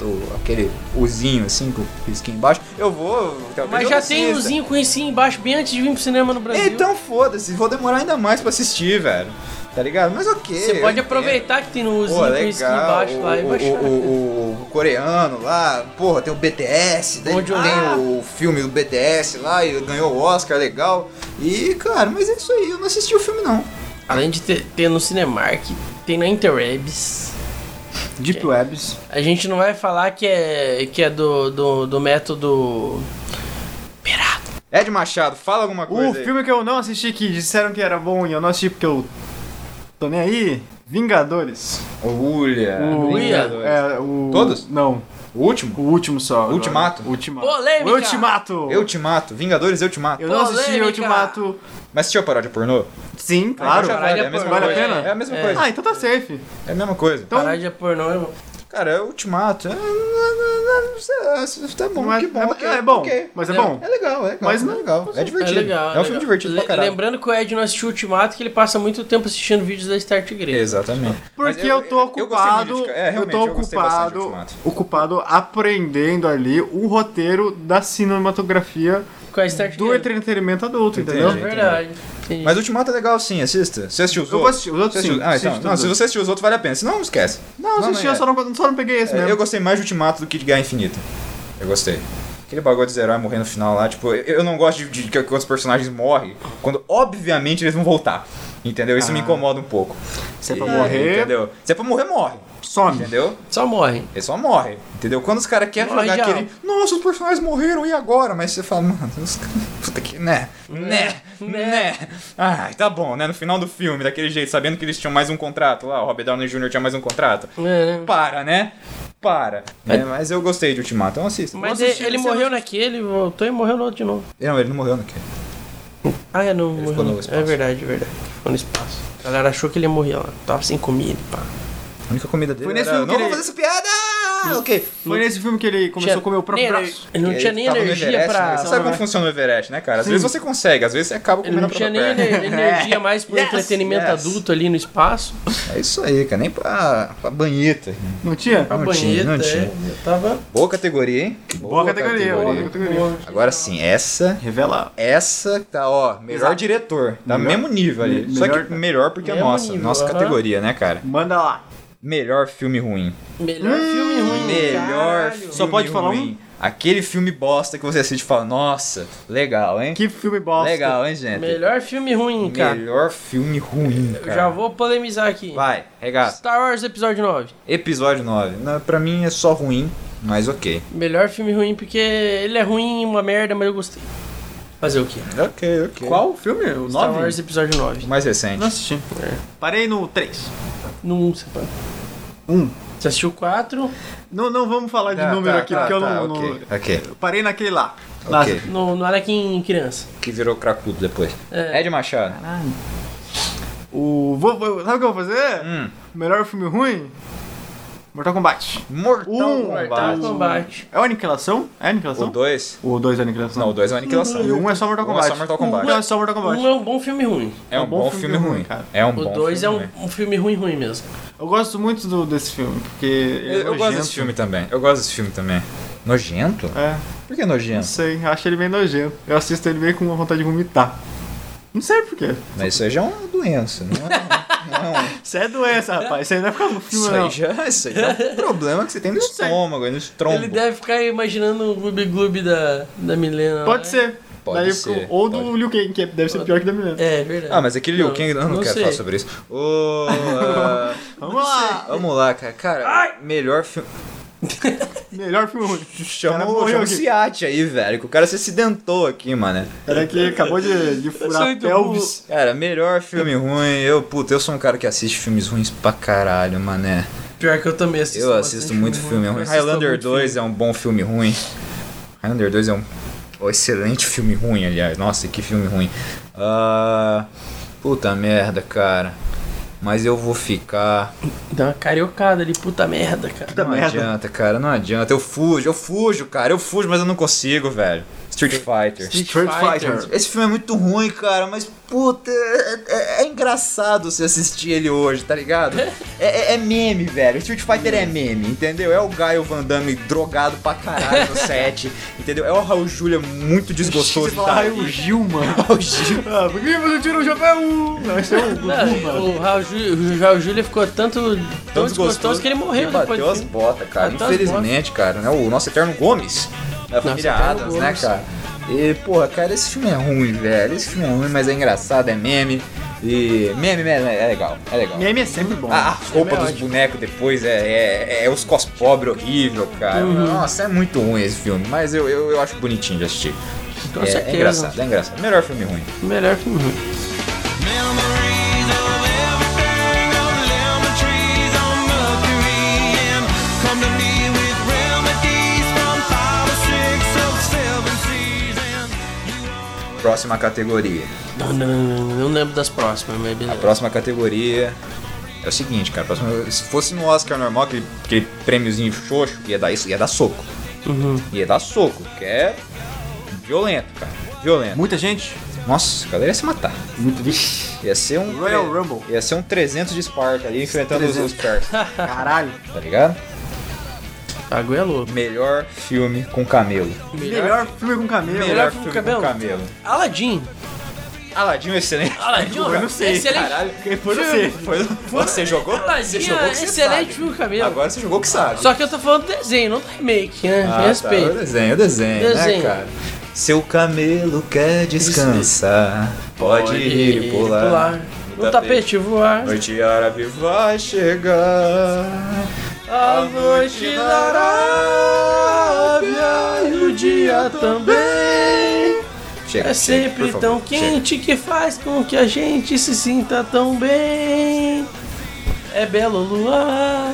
[SPEAKER 1] o- aquele uzinho assim, com o risquinho embaixo, eu vou. talvez
[SPEAKER 2] Mas
[SPEAKER 1] eu
[SPEAKER 2] já tem
[SPEAKER 1] assista.
[SPEAKER 2] umzinho com esse embaixo bem antes de vir pro cinema no Brasil.
[SPEAKER 1] Então foda-se, vou demorar ainda mais pra assistir, velho. Tá ligado? Mas ok.
[SPEAKER 2] Você
[SPEAKER 1] eu
[SPEAKER 2] pode
[SPEAKER 1] entendo.
[SPEAKER 2] aproveitar que tem no
[SPEAKER 1] Pô,
[SPEAKER 2] umzinho com esse
[SPEAKER 1] legal.
[SPEAKER 2] embaixo lá e
[SPEAKER 1] o,
[SPEAKER 2] baixar.
[SPEAKER 1] o, o- o coreano lá, porra, tem o BTS, daí
[SPEAKER 2] Onde eu
[SPEAKER 1] tem
[SPEAKER 2] lembro.
[SPEAKER 1] o filme do BTS lá e ganhou o Oscar, legal. E, cara, mas é isso aí, eu não assisti o filme não.
[SPEAKER 2] Além de ter, ter no Cinemark, tem na Interwebs.
[SPEAKER 3] Deep
[SPEAKER 1] É.
[SPEAKER 3] Webs.
[SPEAKER 2] A gente não vai falar que é, que é do, do, do método. Pirata.
[SPEAKER 1] Ed Machado, fala alguma coisa.
[SPEAKER 3] O
[SPEAKER 1] aí.
[SPEAKER 3] filme que eu não assisti, que disseram que era bom e eu não assisti porque eu tô nem aí, Vingadores.
[SPEAKER 1] Olha.
[SPEAKER 2] Uia.
[SPEAKER 1] Vingadores.
[SPEAKER 3] É, o...
[SPEAKER 1] Todos?
[SPEAKER 3] Não,
[SPEAKER 1] O último?
[SPEAKER 3] o último só. agora.
[SPEAKER 1] Ultimato?
[SPEAKER 3] Ultimato.
[SPEAKER 2] Polêmica!
[SPEAKER 3] O Ultimato!
[SPEAKER 1] Eu te mato. Vingadores, eu te mato.
[SPEAKER 3] Eu não assisti
[SPEAKER 2] Polêmica!
[SPEAKER 3] o Ultimato.
[SPEAKER 1] Mas assistiu a paródia pornô?
[SPEAKER 3] Sim, claro.
[SPEAKER 1] Então já vale, é a mesma
[SPEAKER 3] Vale a
[SPEAKER 1] coisa.
[SPEAKER 3] pena?
[SPEAKER 1] É a mesma
[SPEAKER 2] É.
[SPEAKER 1] coisa.
[SPEAKER 3] Ah, então tá safe.
[SPEAKER 1] É a mesma coisa.
[SPEAKER 3] Então,
[SPEAKER 2] Parar de pornô.
[SPEAKER 1] Cara, é o Ultimato. É, é, ah, sei lá, tá bom,
[SPEAKER 3] Não é-
[SPEAKER 1] que bom.
[SPEAKER 3] é-
[SPEAKER 1] ok,
[SPEAKER 3] é bom,
[SPEAKER 1] ok.
[SPEAKER 3] mas é bom.
[SPEAKER 1] É legal, é legal.
[SPEAKER 3] Mas
[SPEAKER 1] é
[SPEAKER 3] não-
[SPEAKER 1] legal. É divertido.
[SPEAKER 2] É legal.
[SPEAKER 1] um filme
[SPEAKER 2] legal.
[SPEAKER 1] divertido pra
[SPEAKER 2] Le-
[SPEAKER 1] caralho.
[SPEAKER 2] Lembrando que o Ed não assistiu Ultimato, que ele passa muito tempo assistindo vídeos da Start Grid.
[SPEAKER 1] Exatamente. Mas
[SPEAKER 3] Porque eu, tô
[SPEAKER 1] eu gostei muito de-
[SPEAKER 3] ocupado. Eu,
[SPEAKER 1] é, realmente,
[SPEAKER 3] tô
[SPEAKER 1] gostei bastante de
[SPEAKER 3] ocupado.
[SPEAKER 1] Ultimato.
[SPEAKER 3] Ocupado aprendendo ali o roteiro da cinematografia
[SPEAKER 2] Com a Start
[SPEAKER 3] do
[SPEAKER 2] Grid.
[SPEAKER 3] entretenimento adulto,
[SPEAKER 1] Entendi.
[SPEAKER 2] É
[SPEAKER 3] entendeu?
[SPEAKER 2] verdade. Entendi.
[SPEAKER 1] Mas o Ultimato é legal sim, assista. Você assistiu os
[SPEAKER 3] Eu vou
[SPEAKER 1] outros?
[SPEAKER 3] assistir, os outros
[SPEAKER 1] Você assistiu-
[SPEAKER 3] sim,
[SPEAKER 1] Ah,
[SPEAKER 3] assisti
[SPEAKER 1] então.
[SPEAKER 3] todos
[SPEAKER 1] Não,
[SPEAKER 3] os
[SPEAKER 1] se
[SPEAKER 3] outros.
[SPEAKER 1] você assistiu os outros, vale a pena. Se não, esquece.
[SPEAKER 3] Não, eu assisti, eu
[SPEAKER 1] é.
[SPEAKER 3] só não, só não peguei esse
[SPEAKER 1] É,
[SPEAKER 3] mesmo.
[SPEAKER 1] Eu gostei mais de Ultimato do que de Guerra Infinita. Eu gostei. Aquele bagulho de zerar e morrer no final lá, tipo, eu eu não gosto de, de que que os personagens morrem quando, obviamente, eles vão voltar. Entendeu? Isso me incomoda um pouco.
[SPEAKER 3] Ah. Se é pra
[SPEAKER 1] E-
[SPEAKER 3] morrer-
[SPEAKER 1] Entendeu? Se é pra morrer, morre.
[SPEAKER 3] Some.
[SPEAKER 1] Entendeu?
[SPEAKER 2] Só morre.
[SPEAKER 1] Ele só morre. Entendeu? Quando os caras querem
[SPEAKER 2] Morre
[SPEAKER 1] jogar
[SPEAKER 2] já.
[SPEAKER 1] aquele. Nossa, os personagens morreram, e agora? Mas você fala, mano, os caras. Puta que. Né? Né? Né? Ai, tá bom, né? No final do filme, daquele jeito, sabendo que eles tinham mais um contrato lá, o Robert Downey Jr. tinha mais um contrato.
[SPEAKER 2] É, né?
[SPEAKER 1] Para, né? Para.
[SPEAKER 3] É.
[SPEAKER 1] né? Mas eu gostei de Ultimato, então assista.
[SPEAKER 2] Mas
[SPEAKER 1] Vou
[SPEAKER 2] ele,
[SPEAKER 1] assistir,
[SPEAKER 2] ele
[SPEAKER 1] sei lá.
[SPEAKER 2] morreu né? naquele, voltou e morreu no outro de novo.
[SPEAKER 1] Não, ele não morreu naquele.
[SPEAKER 2] Ah, é, não
[SPEAKER 1] ficou
[SPEAKER 2] morreu.
[SPEAKER 1] no
[SPEAKER 2] não.
[SPEAKER 1] espaço.
[SPEAKER 2] É verdade, é verdade. Ficou no espaço. A galera achou que ele ia morrer lá. Tava sem comida, pá.
[SPEAKER 1] A única comida dele
[SPEAKER 3] Foi nesse
[SPEAKER 1] era...
[SPEAKER 3] filme que
[SPEAKER 1] Não vou
[SPEAKER 3] ele-
[SPEAKER 1] fazer essa piada! Ok.
[SPEAKER 3] Foi nesse filme que ele começou
[SPEAKER 2] Tinha
[SPEAKER 3] a comer o próprio
[SPEAKER 2] nem
[SPEAKER 3] braço.
[SPEAKER 2] ener- Ele não tinha nem
[SPEAKER 1] tava no
[SPEAKER 2] energia
[SPEAKER 1] Everest, né?
[SPEAKER 2] pra.
[SPEAKER 1] Você sabe como funciona o Everest, né, cara? Às vezes você consegue, às vezes você acaba
[SPEAKER 2] Ele
[SPEAKER 1] comendo
[SPEAKER 2] não
[SPEAKER 1] a
[SPEAKER 2] tinha nem
[SPEAKER 1] própria perna.
[SPEAKER 2] ener- energia mais pro
[SPEAKER 1] Yes,
[SPEAKER 2] entretenimento
[SPEAKER 1] yes.
[SPEAKER 2] adulto ali no espaço.
[SPEAKER 1] É isso aí, cara. Nem pra, pra banheta.
[SPEAKER 3] Não tinha?
[SPEAKER 2] A
[SPEAKER 1] Não tinha,
[SPEAKER 2] banheta,
[SPEAKER 1] não tinha.
[SPEAKER 2] é. Tava.
[SPEAKER 1] Boa categoria, hein?
[SPEAKER 3] Boa categoria, boa categoria.
[SPEAKER 1] Agora sim, essa.
[SPEAKER 3] Revela.
[SPEAKER 1] Essa tá, ó, melhor
[SPEAKER 3] Exato.
[SPEAKER 1] diretor. Tá
[SPEAKER 3] Melhor-
[SPEAKER 1] mesmo nível ali.
[SPEAKER 3] me-
[SPEAKER 1] Só que
[SPEAKER 3] melhor-
[SPEAKER 1] melhor porque é
[SPEAKER 2] Mesmo
[SPEAKER 1] nossa.
[SPEAKER 2] nível,
[SPEAKER 1] nossa
[SPEAKER 2] aham.
[SPEAKER 1] categoria, né, cara?
[SPEAKER 3] Manda lá.
[SPEAKER 1] Melhor filme ruim.
[SPEAKER 2] Melhor filme ruim.
[SPEAKER 1] Hum, melhor
[SPEAKER 2] caralho.
[SPEAKER 1] filme
[SPEAKER 3] Só pode falar um?
[SPEAKER 1] ruim. Aquele filme bosta que você assiste e fala, nossa, legal, hein?
[SPEAKER 3] Que filme bosta.
[SPEAKER 1] Legal, hein, gente?
[SPEAKER 2] Melhor filme ruim, cara.
[SPEAKER 1] Melhor filme ruim, cara.
[SPEAKER 2] Eu já vou polemizar aqui.
[SPEAKER 1] Vai, regata.
[SPEAKER 2] Star Wars Episódio 9.
[SPEAKER 1] Episódio 9. Não, pra mim é só ruim, mas ok.
[SPEAKER 2] Melhor filme ruim porque ele é ruim, uma merda, mas eu gostei. Fazer o quê?
[SPEAKER 1] Ok, ok.
[SPEAKER 3] Qual o filme? O
[SPEAKER 2] Star
[SPEAKER 3] 9?
[SPEAKER 2] Wars Episódio 9.
[SPEAKER 1] Mais recente.
[SPEAKER 3] Não assisti.
[SPEAKER 1] É.
[SPEAKER 3] Parei no 3.
[SPEAKER 2] No 1, você fala.
[SPEAKER 3] Um.
[SPEAKER 2] Você assistiu 4,
[SPEAKER 3] Não, não vamos falar de
[SPEAKER 1] Tá,
[SPEAKER 3] número
[SPEAKER 1] tá,
[SPEAKER 3] aqui,
[SPEAKER 1] tá,
[SPEAKER 3] porque eu
[SPEAKER 1] tá,
[SPEAKER 3] não,
[SPEAKER 1] ok,
[SPEAKER 3] não-
[SPEAKER 1] ok.
[SPEAKER 3] Eu parei naquele lá. Lá.
[SPEAKER 1] Ok.
[SPEAKER 2] no, no Anakin Criança.
[SPEAKER 1] Que virou cracudo depois.
[SPEAKER 2] É.
[SPEAKER 1] Ed Machado.
[SPEAKER 3] O. Vou, vou- sabe o que eu vou fazer?
[SPEAKER 1] Hum.
[SPEAKER 3] Melhor filme ruim? Mortal Kombat.
[SPEAKER 1] Mortal
[SPEAKER 3] Um,
[SPEAKER 2] Uh, Mortal
[SPEAKER 1] Kombat.
[SPEAKER 2] Kombat.
[SPEAKER 3] É o Aniquilação? É
[SPEAKER 1] O
[SPEAKER 3] Aniquilação?
[SPEAKER 1] 2?
[SPEAKER 3] O 2 é Aniquilação.
[SPEAKER 1] Não, o 2 é uma aniquilação.
[SPEAKER 3] E o 1 um é só Mortal
[SPEAKER 1] Um é
[SPEAKER 3] Kombat.
[SPEAKER 1] só Mortal Kombat.
[SPEAKER 3] Um é só Mortal Kombat.
[SPEAKER 2] Um é um bom filme ruim.
[SPEAKER 1] É um bom filme ruim.
[SPEAKER 3] cara.
[SPEAKER 1] É um
[SPEAKER 2] O
[SPEAKER 1] bom
[SPEAKER 2] 2 é
[SPEAKER 1] filme
[SPEAKER 2] um,
[SPEAKER 1] ruim.
[SPEAKER 2] um filme ruim, ruim mesmo.
[SPEAKER 3] Eu gosto muito do- desse filme, porque. ele é
[SPEAKER 1] Eu, eu gosto
[SPEAKER 3] nojento.
[SPEAKER 1] desse filme também. Eu gosto desse filme também. Nojento?
[SPEAKER 3] É,
[SPEAKER 1] Por que
[SPEAKER 3] não
[SPEAKER 1] nojento?
[SPEAKER 3] sei. Eu acho ele meio nojento. Eu assisto ele meio com uma vontade de vomitar. Não sei porquê.
[SPEAKER 1] Mas isso aí já é uma doença, não é? não é um-
[SPEAKER 3] Isso é doença, rapaz. Isso aí não é ficar no filme,
[SPEAKER 1] Isso
[SPEAKER 3] não.
[SPEAKER 1] aí, já, isso aí já é um problema que você tem no
[SPEAKER 3] sei.
[SPEAKER 1] estômago, aí no
[SPEAKER 3] É um
[SPEAKER 1] estrombo.
[SPEAKER 2] Ele deve ficar imaginando o Gloob Gloob da, da Milena. lá. né?
[SPEAKER 3] Pode ser.
[SPEAKER 1] Pode
[SPEAKER 3] Daí
[SPEAKER 1] ser,
[SPEAKER 3] ficou- Ou do
[SPEAKER 1] pode.
[SPEAKER 3] Liu Kang, que deve ser pior que da Milena.
[SPEAKER 2] É, verdade.
[SPEAKER 1] Ah, mas aquele Liu
[SPEAKER 2] Não,
[SPEAKER 1] Kang, eu não,
[SPEAKER 2] não
[SPEAKER 1] quero
[SPEAKER 2] sei.
[SPEAKER 1] falar sobre isso. Ô, ah,
[SPEAKER 3] Vamos lá.
[SPEAKER 1] vamos lá, cara. Cara, melhor filme.
[SPEAKER 3] Melhor filme ruim.
[SPEAKER 1] Chama
[SPEAKER 3] Cara,
[SPEAKER 1] o
[SPEAKER 3] morreu
[SPEAKER 1] chama o
[SPEAKER 3] aqui.
[SPEAKER 1] Ciate aí, velho, que o cara se acidentou aqui, mano.
[SPEAKER 3] Cara que acabou de, de
[SPEAKER 2] Eu sou
[SPEAKER 3] furar a
[SPEAKER 2] muito
[SPEAKER 3] pelvis.
[SPEAKER 1] Cara, melhor filme ruim. Eu, puta, eu sou um cara que assiste filmes ruins pra caralho, mané.
[SPEAKER 2] Pior que eu também assisto.
[SPEAKER 1] Eu
[SPEAKER 2] bastante
[SPEAKER 1] assisto muito filme ruim.
[SPEAKER 2] Eu assisto
[SPEAKER 1] Highlander
[SPEAKER 2] muito
[SPEAKER 1] 2 é um bom filme ruim. Highlander 2 é um excelente filme ruim, aliás. Nossa, que filme ruim. Ah, puta merda, cara. Mas eu vou ficar.
[SPEAKER 2] filme. Dá uma cariocada ali, puta merda, cara.
[SPEAKER 1] Não
[SPEAKER 3] merda.
[SPEAKER 1] adianta, cara, não adianta. Eu fujo, eu fujo, cara. Eu fujo, mas eu não consigo, velho. Street Fighter.
[SPEAKER 3] Street Fighter.
[SPEAKER 1] Esse filme é muito ruim, cara, mas puta, é, é- é engraçado você assistir ele hoje, tá ligado? É, é- é meme, velho. Street Fighter é meme, entendeu? É o Gaio Van Damme drogado pra caralho no set, entendeu? É o Raul Júlia muito desgostoso.
[SPEAKER 3] Você fala,
[SPEAKER 1] tá?
[SPEAKER 3] "Ai, é o Gil, mano.
[SPEAKER 1] Raul Júlia.
[SPEAKER 3] Ah, por que você tirou o chapéu? Não, esse é o
[SPEAKER 2] Não,
[SPEAKER 3] Gugu, mano.
[SPEAKER 2] o Raul, Ju- o Raul Júlia ficou tanto, tão
[SPEAKER 1] Tão
[SPEAKER 2] desgostoso que ele morreu
[SPEAKER 1] bateu
[SPEAKER 2] depois. do
[SPEAKER 1] as
[SPEAKER 2] filme.
[SPEAKER 1] botas, cara.
[SPEAKER 2] Bateu as
[SPEAKER 1] Infelizmente, cara, né? O nosso Eterno Gomes, da família
[SPEAKER 2] Eterno
[SPEAKER 1] Adams, né,
[SPEAKER 2] Gomes.
[SPEAKER 1] cara? E, porra, cara, esse filme é ruim, velho. Esse filme é ruim, mas é engraçado, é meme. E meme, meme é legal, é legal.
[SPEAKER 3] Meme é sempre bom.
[SPEAKER 1] A a Ah, roupa
[SPEAKER 2] é
[SPEAKER 1] dos
[SPEAKER 2] ótimo.
[SPEAKER 1] bonecos depois é, é, é os cospobre horrível, cara. Nossa, é muito ruim esse filme, mas eu, eu, eu acho bonitinho de assistir.
[SPEAKER 2] Com
[SPEAKER 1] É- é,
[SPEAKER 2] certeza.
[SPEAKER 1] engraçado, é engraçado. Melhor filme ruim.
[SPEAKER 2] Melhor filme ruim.
[SPEAKER 4] Memories of everything on lemon trees on Mercury and come to me with remedies from five or six of seven seas and
[SPEAKER 1] Próxima categoria.
[SPEAKER 2] Não, não, não, não, não lembro das próximas, mas
[SPEAKER 1] A
[SPEAKER 2] beleza.
[SPEAKER 1] próxima categoria é o seguinte, cara. a próxima- se fosse no Oscar normal, aquele, aquele prêmiozinho xoxo, ia dar isso, ia dar soco. E ia dar soco, que é violento, cara. Violento.
[SPEAKER 3] Muita gente?
[SPEAKER 1] Nossa, a galera ia se matar.
[SPEAKER 3] Muito bicho.
[SPEAKER 1] Ia ser um.
[SPEAKER 3] Royal
[SPEAKER 1] tre-
[SPEAKER 3] Rumble.
[SPEAKER 1] Ia ser um 300 de Esparta ali enfrentando os
[SPEAKER 3] 300.
[SPEAKER 1] os persas,
[SPEAKER 3] Caralho.
[SPEAKER 1] tá ligado? Ah,
[SPEAKER 2] Bagulho é louco.
[SPEAKER 1] Melhor filme com camelo.
[SPEAKER 3] Melhor filme com camelo.
[SPEAKER 2] Melhor filme com camelo?
[SPEAKER 1] camelo.
[SPEAKER 2] Aladdin.
[SPEAKER 1] Aladdin é excelente.
[SPEAKER 2] Aladdin,
[SPEAKER 3] Eu não sei,
[SPEAKER 2] excelente.
[SPEAKER 1] Caralho,
[SPEAKER 3] Foi no C.
[SPEAKER 1] foi- Você jogou? Você
[SPEAKER 2] Aladdin
[SPEAKER 1] jogou
[SPEAKER 2] é
[SPEAKER 1] que você
[SPEAKER 2] excelente
[SPEAKER 1] sabe.
[SPEAKER 2] filme com cabelo.
[SPEAKER 1] Agora você jogou que sabe.
[SPEAKER 2] Só que eu tô falando do desenho, não do remake, né?
[SPEAKER 1] Ah,
[SPEAKER 2] Me
[SPEAKER 1] tá,
[SPEAKER 2] respeito.
[SPEAKER 1] o desenho, o desenho,
[SPEAKER 2] Desenho.
[SPEAKER 1] né, cara? Seu camelo quer descansar, pode, ir e pular.
[SPEAKER 2] No, tapete, voar.
[SPEAKER 1] Noite árabe vai chegar.
[SPEAKER 2] A noite da Arábia e o dia também.
[SPEAKER 1] Chega, chega,
[SPEAKER 2] É sempre
[SPEAKER 1] por favor,
[SPEAKER 2] tão
[SPEAKER 1] chega.
[SPEAKER 2] quente que faz com que a gente se sinta tão bem. É belo luar.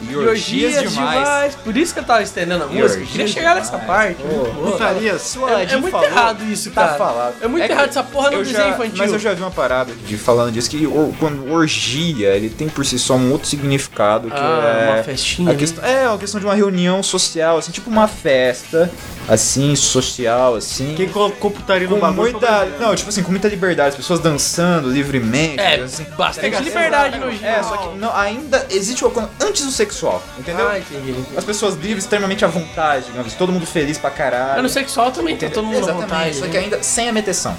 [SPEAKER 1] E
[SPEAKER 2] E
[SPEAKER 1] orgias
[SPEAKER 2] orgias
[SPEAKER 1] demais.
[SPEAKER 2] Por isso que eu tava estendendo a
[SPEAKER 1] E
[SPEAKER 2] música. Eu Queria
[SPEAKER 1] orgias
[SPEAKER 2] chegar nessa
[SPEAKER 1] demais.
[SPEAKER 2] parte.
[SPEAKER 1] Pô.
[SPEAKER 2] muito boa.
[SPEAKER 3] Putaria.
[SPEAKER 1] Se
[SPEAKER 3] sua.
[SPEAKER 1] o
[SPEAKER 2] É- é
[SPEAKER 1] Aladdin
[SPEAKER 2] muito
[SPEAKER 1] falou,
[SPEAKER 2] errado isso,
[SPEAKER 1] tá
[SPEAKER 2] cara.
[SPEAKER 1] falado.
[SPEAKER 2] É muito
[SPEAKER 1] que
[SPEAKER 2] errado essa porra no
[SPEAKER 1] eu
[SPEAKER 2] desenho
[SPEAKER 1] já-
[SPEAKER 2] infantil.
[SPEAKER 1] Mas eu já vi uma parada de falando disso, que or- quando orgia, ele tem por si só um outro significado, que
[SPEAKER 2] Ah,
[SPEAKER 1] é...
[SPEAKER 2] uma festinha,
[SPEAKER 1] a
[SPEAKER 2] né?
[SPEAKER 1] questão- é, uma questão de uma reunião social, assim, tipo uma festa, assim, social, assim...
[SPEAKER 3] Quem colocou putaria no
[SPEAKER 1] com
[SPEAKER 3] bagulho? foi o
[SPEAKER 1] muita...
[SPEAKER 3] brasileiro.
[SPEAKER 1] Não, tipo assim, com muita liberdade, as pessoas dançando livremente,
[SPEAKER 2] É,
[SPEAKER 1] assim...
[SPEAKER 2] bastante liberdade no gênero.
[SPEAKER 1] É, só que não, ainda existe o antes do sexual, entendeu?
[SPEAKER 2] Ah, entendi.
[SPEAKER 1] As pessoas livres, extremamente à vontade, digamos, todo mundo feliz pra caralho.
[SPEAKER 2] Mas no sexual também tá todo mundo à
[SPEAKER 1] Exatamente,
[SPEAKER 2] vontade.
[SPEAKER 1] só
[SPEAKER 2] né?
[SPEAKER 1] que ainda sem a meteção.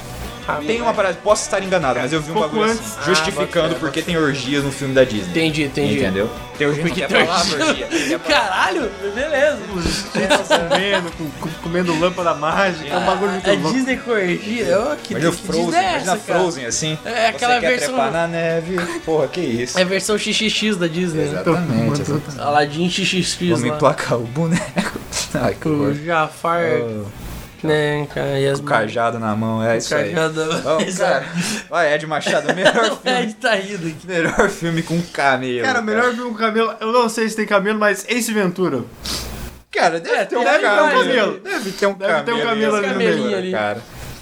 [SPEAKER 2] Ah,
[SPEAKER 1] Tem uma parada, posso estar enganado, mas eu vi um
[SPEAKER 3] Pouco
[SPEAKER 1] bagulho assim,
[SPEAKER 3] antes.
[SPEAKER 1] justificando porque tem orgias no filme da Disney.
[SPEAKER 2] Entendi, entendi.
[SPEAKER 1] Entendeu? Tem orgia,
[SPEAKER 2] Porque
[SPEAKER 1] não quer
[SPEAKER 2] tem
[SPEAKER 1] falar
[SPEAKER 2] orgia.
[SPEAKER 1] orgia. quer falar.
[SPEAKER 2] Caralho, beleza.
[SPEAKER 3] comendo, com- com- comendo lâmpada mágica, é um bagulho muito
[SPEAKER 2] É
[SPEAKER 3] louco.
[SPEAKER 2] Disney corrigida. ó, que
[SPEAKER 1] Imagina o
[SPEAKER 2] que
[SPEAKER 1] Frozen,
[SPEAKER 2] Disney é
[SPEAKER 1] imagina
[SPEAKER 2] essa, cara?
[SPEAKER 1] Frozen assim.
[SPEAKER 2] É aquela
[SPEAKER 1] você quer
[SPEAKER 2] versão-
[SPEAKER 1] trepar na neve. Porra, que isso.
[SPEAKER 2] É a versão XXX da Disney. né?
[SPEAKER 1] Exatamente, exatamente.
[SPEAKER 2] Aladdin XXX
[SPEAKER 1] Vamos
[SPEAKER 2] lá.
[SPEAKER 1] emplacar o boneco. Ai, que
[SPEAKER 2] né? O
[SPEAKER 1] horror.
[SPEAKER 2] Jafar,
[SPEAKER 1] Oh,
[SPEAKER 2] né, cara, e as
[SPEAKER 1] o cajado na mão, é isso aí.
[SPEAKER 2] Cajada.
[SPEAKER 1] Vamos, cara. Vai, Ed Machado, melhor
[SPEAKER 2] O
[SPEAKER 1] filme.
[SPEAKER 2] Ed tá rindo aqui.
[SPEAKER 1] Melhor filme com camelo.
[SPEAKER 3] Cara, o melhor filme com camelo, eu não sei se tem camelo, mas Ace Ventura. Um
[SPEAKER 1] Cara, deve ter um
[SPEAKER 2] deve ter um
[SPEAKER 1] camelo.
[SPEAKER 3] É, camelo.
[SPEAKER 1] Deve ter um
[SPEAKER 3] Deve ter um
[SPEAKER 1] camelo.
[SPEAKER 3] camelo
[SPEAKER 1] ali,
[SPEAKER 3] ali no
[SPEAKER 1] camelinho
[SPEAKER 2] meio.
[SPEAKER 1] ali. Cara,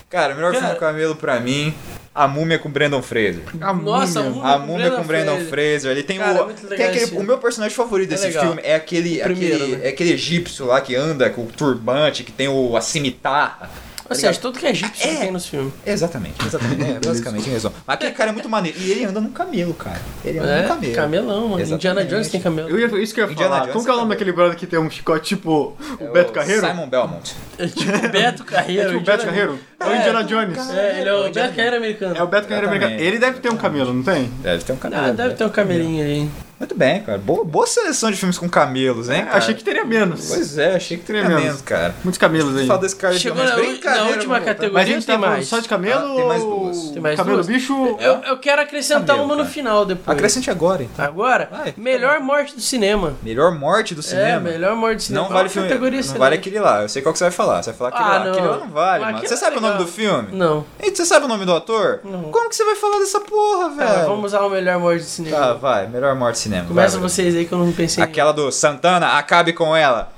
[SPEAKER 1] cara melhor filme com camelo pra mim, A Múmia com Brandon Fraser.
[SPEAKER 3] A
[SPEAKER 2] Nossa,
[SPEAKER 3] múmia.
[SPEAKER 2] o
[SPEAKER 1] A Múmia com Brandon Fraser. Ele tem
[SPEAKER 2] Cara, é
[SPEAKER 1] o.
[SPEAKER 2] muito
[SPEAKER 1] Tem
[SPEAKER 2] legal esse
[SPEAKER 1] aquele, o
[SPEAKER 2] filme.
[SPEAKER 1] meu personagem favorito
[SPEAKER 2] É
[SPEAKER 1] desse
[SPEAKER 2] legal.
[SPEAKER 1] filme é aquele.
[SPEAKER 2] Primeiro,
[SPEAKER 1] aquele
[SPEAKER 2] né?
[SPEAKER 1] É aquele egípcio lá que anda com o turbante, que tem o, a cimitarra.
[SPEAKER 2] Ou seja, tudo que é egípcio
[SPEAKER 1] É.
[SPEAKER 2] tem nos filmes.
[SPEAKER 1] Exatamente, exatamente. É, basicamente em resumo. Mas aquele cara é muito maneiro. E ele anda num camelo, cara. Ele anda num
[SPEAKER 2] É,
[SPEAKER 1] um camelo.
[SPEAKER 2] camelão, mano. Indiana
[SPEAKER 1] Exatamente.
[SPEAKER 2] Jones tem camelo.
[SPEAKER 3] Eu ia, isso que eu ia
[SPEAKER 1] Indiana
[SPEAKER 3] falar.
[SPEAKER 1] Jones,
[SPEAKER 3] Como que é o nome
[SPEAKER 1] camelo.
[SPEAKER 3] daquele brother que tem um chicote tipo o
[SPEAKER 1] É
[SPEAKER 3] Beto Carreiro?
[SPEAKER 1] Simon Belmont.
[SPEAKER 2] É tipo Beto
[SPEAKER 3] É
[SPEAKER 2] Carreiro.
[SPEAKER 3] tipo o
[SPEAKER 2] Indiana
[SPEAKER 3] Beto Carreiro? É o
[SPEAKER 2] É,
[SPEAKER 3] Indiana Jones.
[SPEAKER 2] É, ele é o Beto Carreiro americano.
[SPEAKER 3] É o Beto Carreiro
[SPEAKER 1] Exatamente.
[SPEAKER 3] americano. Ele deve ter um camelo, não tem?
[SPEAKER 1] Deve ter um camelo.
[SPEAKER 2] Ah, deve ter um camelinho aí.
[SPEAKER 1] Muito bem, cara. Boa, boa seleção de filmes com camelos, hein?
[SPEAKER 3] É,
[SPEAKER 1] cara?
[SPEAKER 3] achei que teria menos.
[SPEAKER 1] Pois é, achei que teria
[SPEAKER 3] Tremendo.
[SPEAKER 1] menos, cara.
[SPEAKER 3] Muitos camelos aí.
[SPEAKER 1] Fala desse cara de
[SPEAKER 2] Chegou
[SPEAKER 1] homens.
[SPEAKER 2] na,
[SPEAKER 1] Brincadeira,
[SPEAKER 2] na última
[SPEAKER 1] vamos voltar.
[SPEAKER 2] categoria,
[SPEAKER 3] Mas a
[SPEAKER 2] não
[SPEAKER 3] gente
[SPEAKER 2] tem
[SPEAKER 3] tá falando
[SPEAKER 2] mais.
[SPEAKER 3] só de camelo
[SPEAKER 1] Ah, tem mais
[SPEAKER 3] ou-
[SPEAKER 1] duas.
[SPEAKER 2] Tem mais
[SPEAKER 3] camelo
[SPEAKER 2] duas?
[SPEAKER 3] bicho?
[SPEAKER 2] Eu, eu quero acrescentar
[SPEAKER 1] Camelo,
[SPEAKER 2] uma no
[SPEAKER 1] cara.
[SPEAKER 2] final depois.
[SPEAKER 1] Acrescente agora, então.
[SPEAKER 2] Agora,
[SPEAKER 1] Vai.
[SPEAKER 2] melhor morte do cinema.
[SPEAKER 1] Melhor morte do
[SPEAKER 2] É,
[SPEAKER 1] cinema.
[SPEAKER 2] melhor morte do cinema.
[SPEAKER 1] Não vale
[SPEAKER 2] Qual
[SPEAKER 1] filme.
[SPEAKER 2] categoria
[SPEAKER 1] Não
[SPEAKER 2] cinema?
[SPEAKER 1] vale aquele lá. Eu sei qual que você vai falar. Você vai falar aquele
[SPEAKER 2] Ah,
[SPEAKER 1] lá.
[SPEAKER 2] não.
[SPEAKER 1] Aquele lá não vale,
[SPEAKER 2] Ah,
[SPEAKER 1] mano.
[SPEAKER 2] aquele
[SPEAKER 1] Você
[SPEAKER 2] lá
[SPEAKER 1] sabe
[SPEAKER 2] é
[SPEAKER 1] o nome do
[SPEAKER 2] legal.
[SPEAKER 1] filme?
[SPEAKER 2] Não.
[SPEAKER 1] Eita, você sabe o nome do ator?
[SPEAKER 2] Não.
[SPEAKER 1] Como que você vai falar dessa porra, velho?
[SPEAKER 2] Tá, vamos usar o melhor morte do cinema.
[SPEAKER 1] Tá, vai. Melhor morte do cinema.
[SPEAKER 2] Começa
[SPEAKER 1] vai,
[SPEAKER 2] vocês aí que eu não pensei em-
[SPEAKER 1] Aquela do Santana, acabe com ela.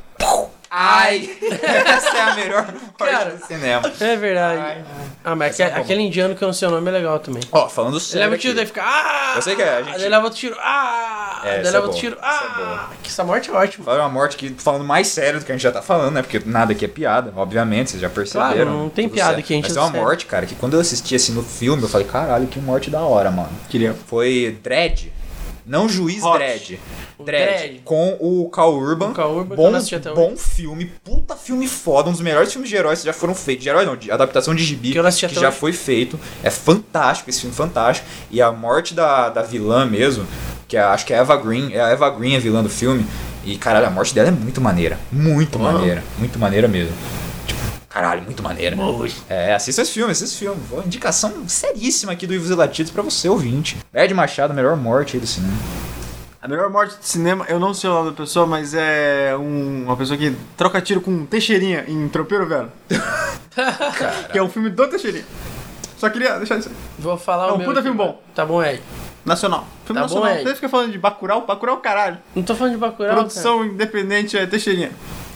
[SPEAKER 1] Ai! Essa é a melhor morte
[SPEAKER 2] Cara.
[SPEAKER 1] do cinema.
[SPEAKER 2] É verdade. Ah, mas
[SPEAKER 1] Essa é
[SPEAKER 2] aque-
[SPEAKER 1] uma
[SPEAKER 2] aquele indiano que eu não sei o nome é legal também.
[SPEAKER 1] Ó, falando
[SPEAKER 2] Ele
[SPEAKER 1] sério.
[SPEAKER 2] leva o
[SPEAKER 1] aqui.
[SPEAKER 2] tiro, daí fica. Ah!
[SPEAKER 1] Eu sei que é, a gente-
[SPEAKER 2] Daí leva outro tiro. Ah!
[SPEAKER 1] É,
[SPEAKER 2] daí
[SPEAKER 1] essa é
[SPEAKER 2] leva
[SPEAKER 1] boa,
[SPEAKER 2] outro tiro.
[SPEAKER 1] essa é
[SPEAKER 2] Ah! que essa morte é ótima.
[SPEAKER 1] Falaram uma morte que falando mais sério do que a gente já tá falando, né? Porque nada aqui é piada, obviamente, vocês já perceberam.
[SPEAKER 2] Claro, não tem
[SPEAKER 1] tudo
[SPEAKER 2] piada
[SPEAKER 1] certo.
[SPEAKER 2] aqui, a gente
[SPEAKER 1] Mas
[SPEAKER 2] é
[SPEAKER 1] é uma
[SPEAKER 2] sério.
[SPEAKER 1] morte, cara, que quando eu assisti assim no filme, eu falei, caralho, que morte da hora, mano.
[SPEAKER 3] Queria.
[SPEAKER 1] Foi Dredd. Não juiz
[SPEAKER 3] Hot.
[SPEAKER 1] Dredd.
[SPEAKER 2] O
[SPEAKER 1] Dredd.
[SPEAKER 2] Dredd.
[SPEAKER 1] Com o Cal Urban.
[SPEAKER 2] O Karl Urban, que eu
[SPEAKER 1] bom,
[SPEAKER 2] não assisti até hoje.
[SPEAKER 1] bom um filme, puta filme foda, um dos melhores filmes de heróis que já foram feitos. De heróis não, de adaptação de gibi.
[SPEAKER 2] Que eu não assisti até
[SPEAKER 1] já
[SPEAKER 2] hoje.
[SPEAKER 1] foi feito. É fantástico, esse filme fantástico. E a morte da, da vilã mesmo, que é- acho que é a Eva Green. É a Eva Green a vilã do filme. E caralho, a morte dela é muito maneira. Muito maneira. Muito maneira mesmo. Tipo, Caralho, muito maneira. É, assista esse filme, assista esse filme. Uma indicação seríssima aqui do Ivos e Latidos pra você, ouvinte. Ed Machado, melhor morte aí do cinema.
[SPEAKER 3] A melhor morte do cinema, eu não sei o nome da pessoa, mas é um- uma pessoa que troca tiro com um Teixeirinha em Tropeiro Velho. que é um filme do Teixeirinha. Só queria deixar isso aí.
[SPEAKER 2] Vou falar
[SPEAKER 3] É
[SPEAKER 2] o
[SPEAKER 3] um
[SPEAKER 2] meu.
[SPEAKER 3] puta
[SPEAKER 2] aqui.
[SPEAKER 3] filme bom.
[SPEAKER 2] Tá bom, Ed.
[SPEAKER 3] Nacional. Filme
[SPEAKER 2] Tá bom,
[SPEAKER 3] nacional.
[SPEAKER 2] Ed.
[SPEAKER 3] Você fica falando de Bacurau? Bacurau é o caralho.
[SPEAKER 2] Não tô falando de Bacurau, cara.
[SPEAKER 3] Produção independente é Teixeirinha.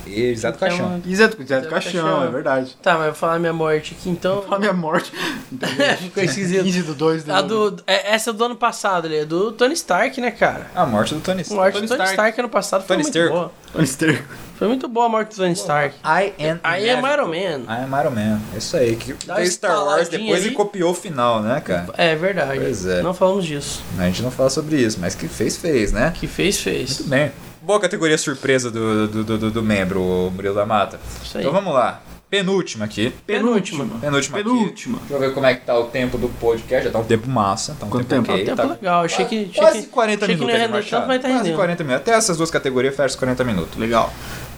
[SPEAKER 1] Elisá do Caixão.
[SPEAKER 2] Então,
[SPEAKER 3] Isa do Zé do
[SPEAKER 2] do
[SPEAKER 3] Caixão,
[SPEAKER 2] Caixão.
[SPEAKER 3] é verdade.
[SPEAKER 2] Tá, mas eu vou falar minha morte aqui, então.
[SPEAKER 3] Fala minha morte.
[SPEAKER 2] Ficou esquisito.
[SPEAKER 3] 15 do 2
[SPEAKER 2] A do, é- essa é do ano passado, ali, é do Tony Stark, né, cara?
[SPEAKER 1] A morte do Tony
[SPEAKER 2] A
[SPEAKER 1] Stark.
[SPEAKER 2] morte
[SPEAKER 3] Tony
[SPEAKER 2] do Tony
[SPEAKER 3] Stark.
[SPEAKER 2] Stark, ano passado foi
[SPEAKER 1] Tony
[SPEAKER 2] muito
[SPEAKER 1] Stark.
[SPEAKER 2] boa.
[SPEAKER 3] Tony Stark.
[SPEAKER 2] Foi muito boa a morte do Tony Stark.
[SPEAKER 1] I am,
[SPEAKER 2] Aí é
[SPEAKER 1] Iron
[SPEAKER 2] Iron Man.
[SPEAKER 1] I am Iron Man. É isso aí. Que
[SPEAKER 2] Dá
[SPEAKER 1] fez
[SPEAKER 2] uma
[SPEAKER 1] Star Wars
[SPEAKER 2] estaladinha
[SPEAKER 1] depois e
[SPEAKER 2] aí.
[SPEAKER 1] copiou o final, né, cara?
[SPEAKER 2] É verdade.
[SPEAKER 1] Pois é.
[SPEAKER 2] Não falamos disso.
[SPEAKER 1] A gente não fala sobre isso, mas que fez, fez, né?
[SPEAKER 2] Que fez, fez.
[SPEAKER 1] Tudo bem. Boa categoria surpresa do, do, do, do- do membro, o Murilo da Mata.
[SPEAKER 2] Isso aí.
[SPEAKER 1] Então vamos lá. Penúltima aqui.
[SPEAKER 2] Penúltima.
[SPEAKER 1] Penúltima, aqui.
[SPEAKER 3] Penúltima.
[SPEAKER 1] Deixa eu ver como é que tá o tempo do podcast. Já tá um tempo massa. Tá um
[SPEAKER 3] Quanto tempo?
[SPEAKER 1] ok,
[SPEAKER 2] Tempo
[SPEAKER 1] tá-
[SPEAKER 2] legal. Achei que. achei
[SPEAKER 1] Quase
[SPEAKER 2] que-
[SPEAKER 1] 40
[SPEAKER 2] achei
[SPEAKER 1] minutos.
[SPEAKER 2] que não ia
[SPEAKER 1] Ed
[SPEAKER 2] render
[SPEAKER 1] Machado.
[SPEAKER 2] tanto, mas tá
[SPEAKER 1] Quase
[SPEAKER 2] rendendo.
[SPEAKER 1] 40 minutos. Até essas duas categorias fecha os 40 minutos.
[SPEAKER 3] Legal.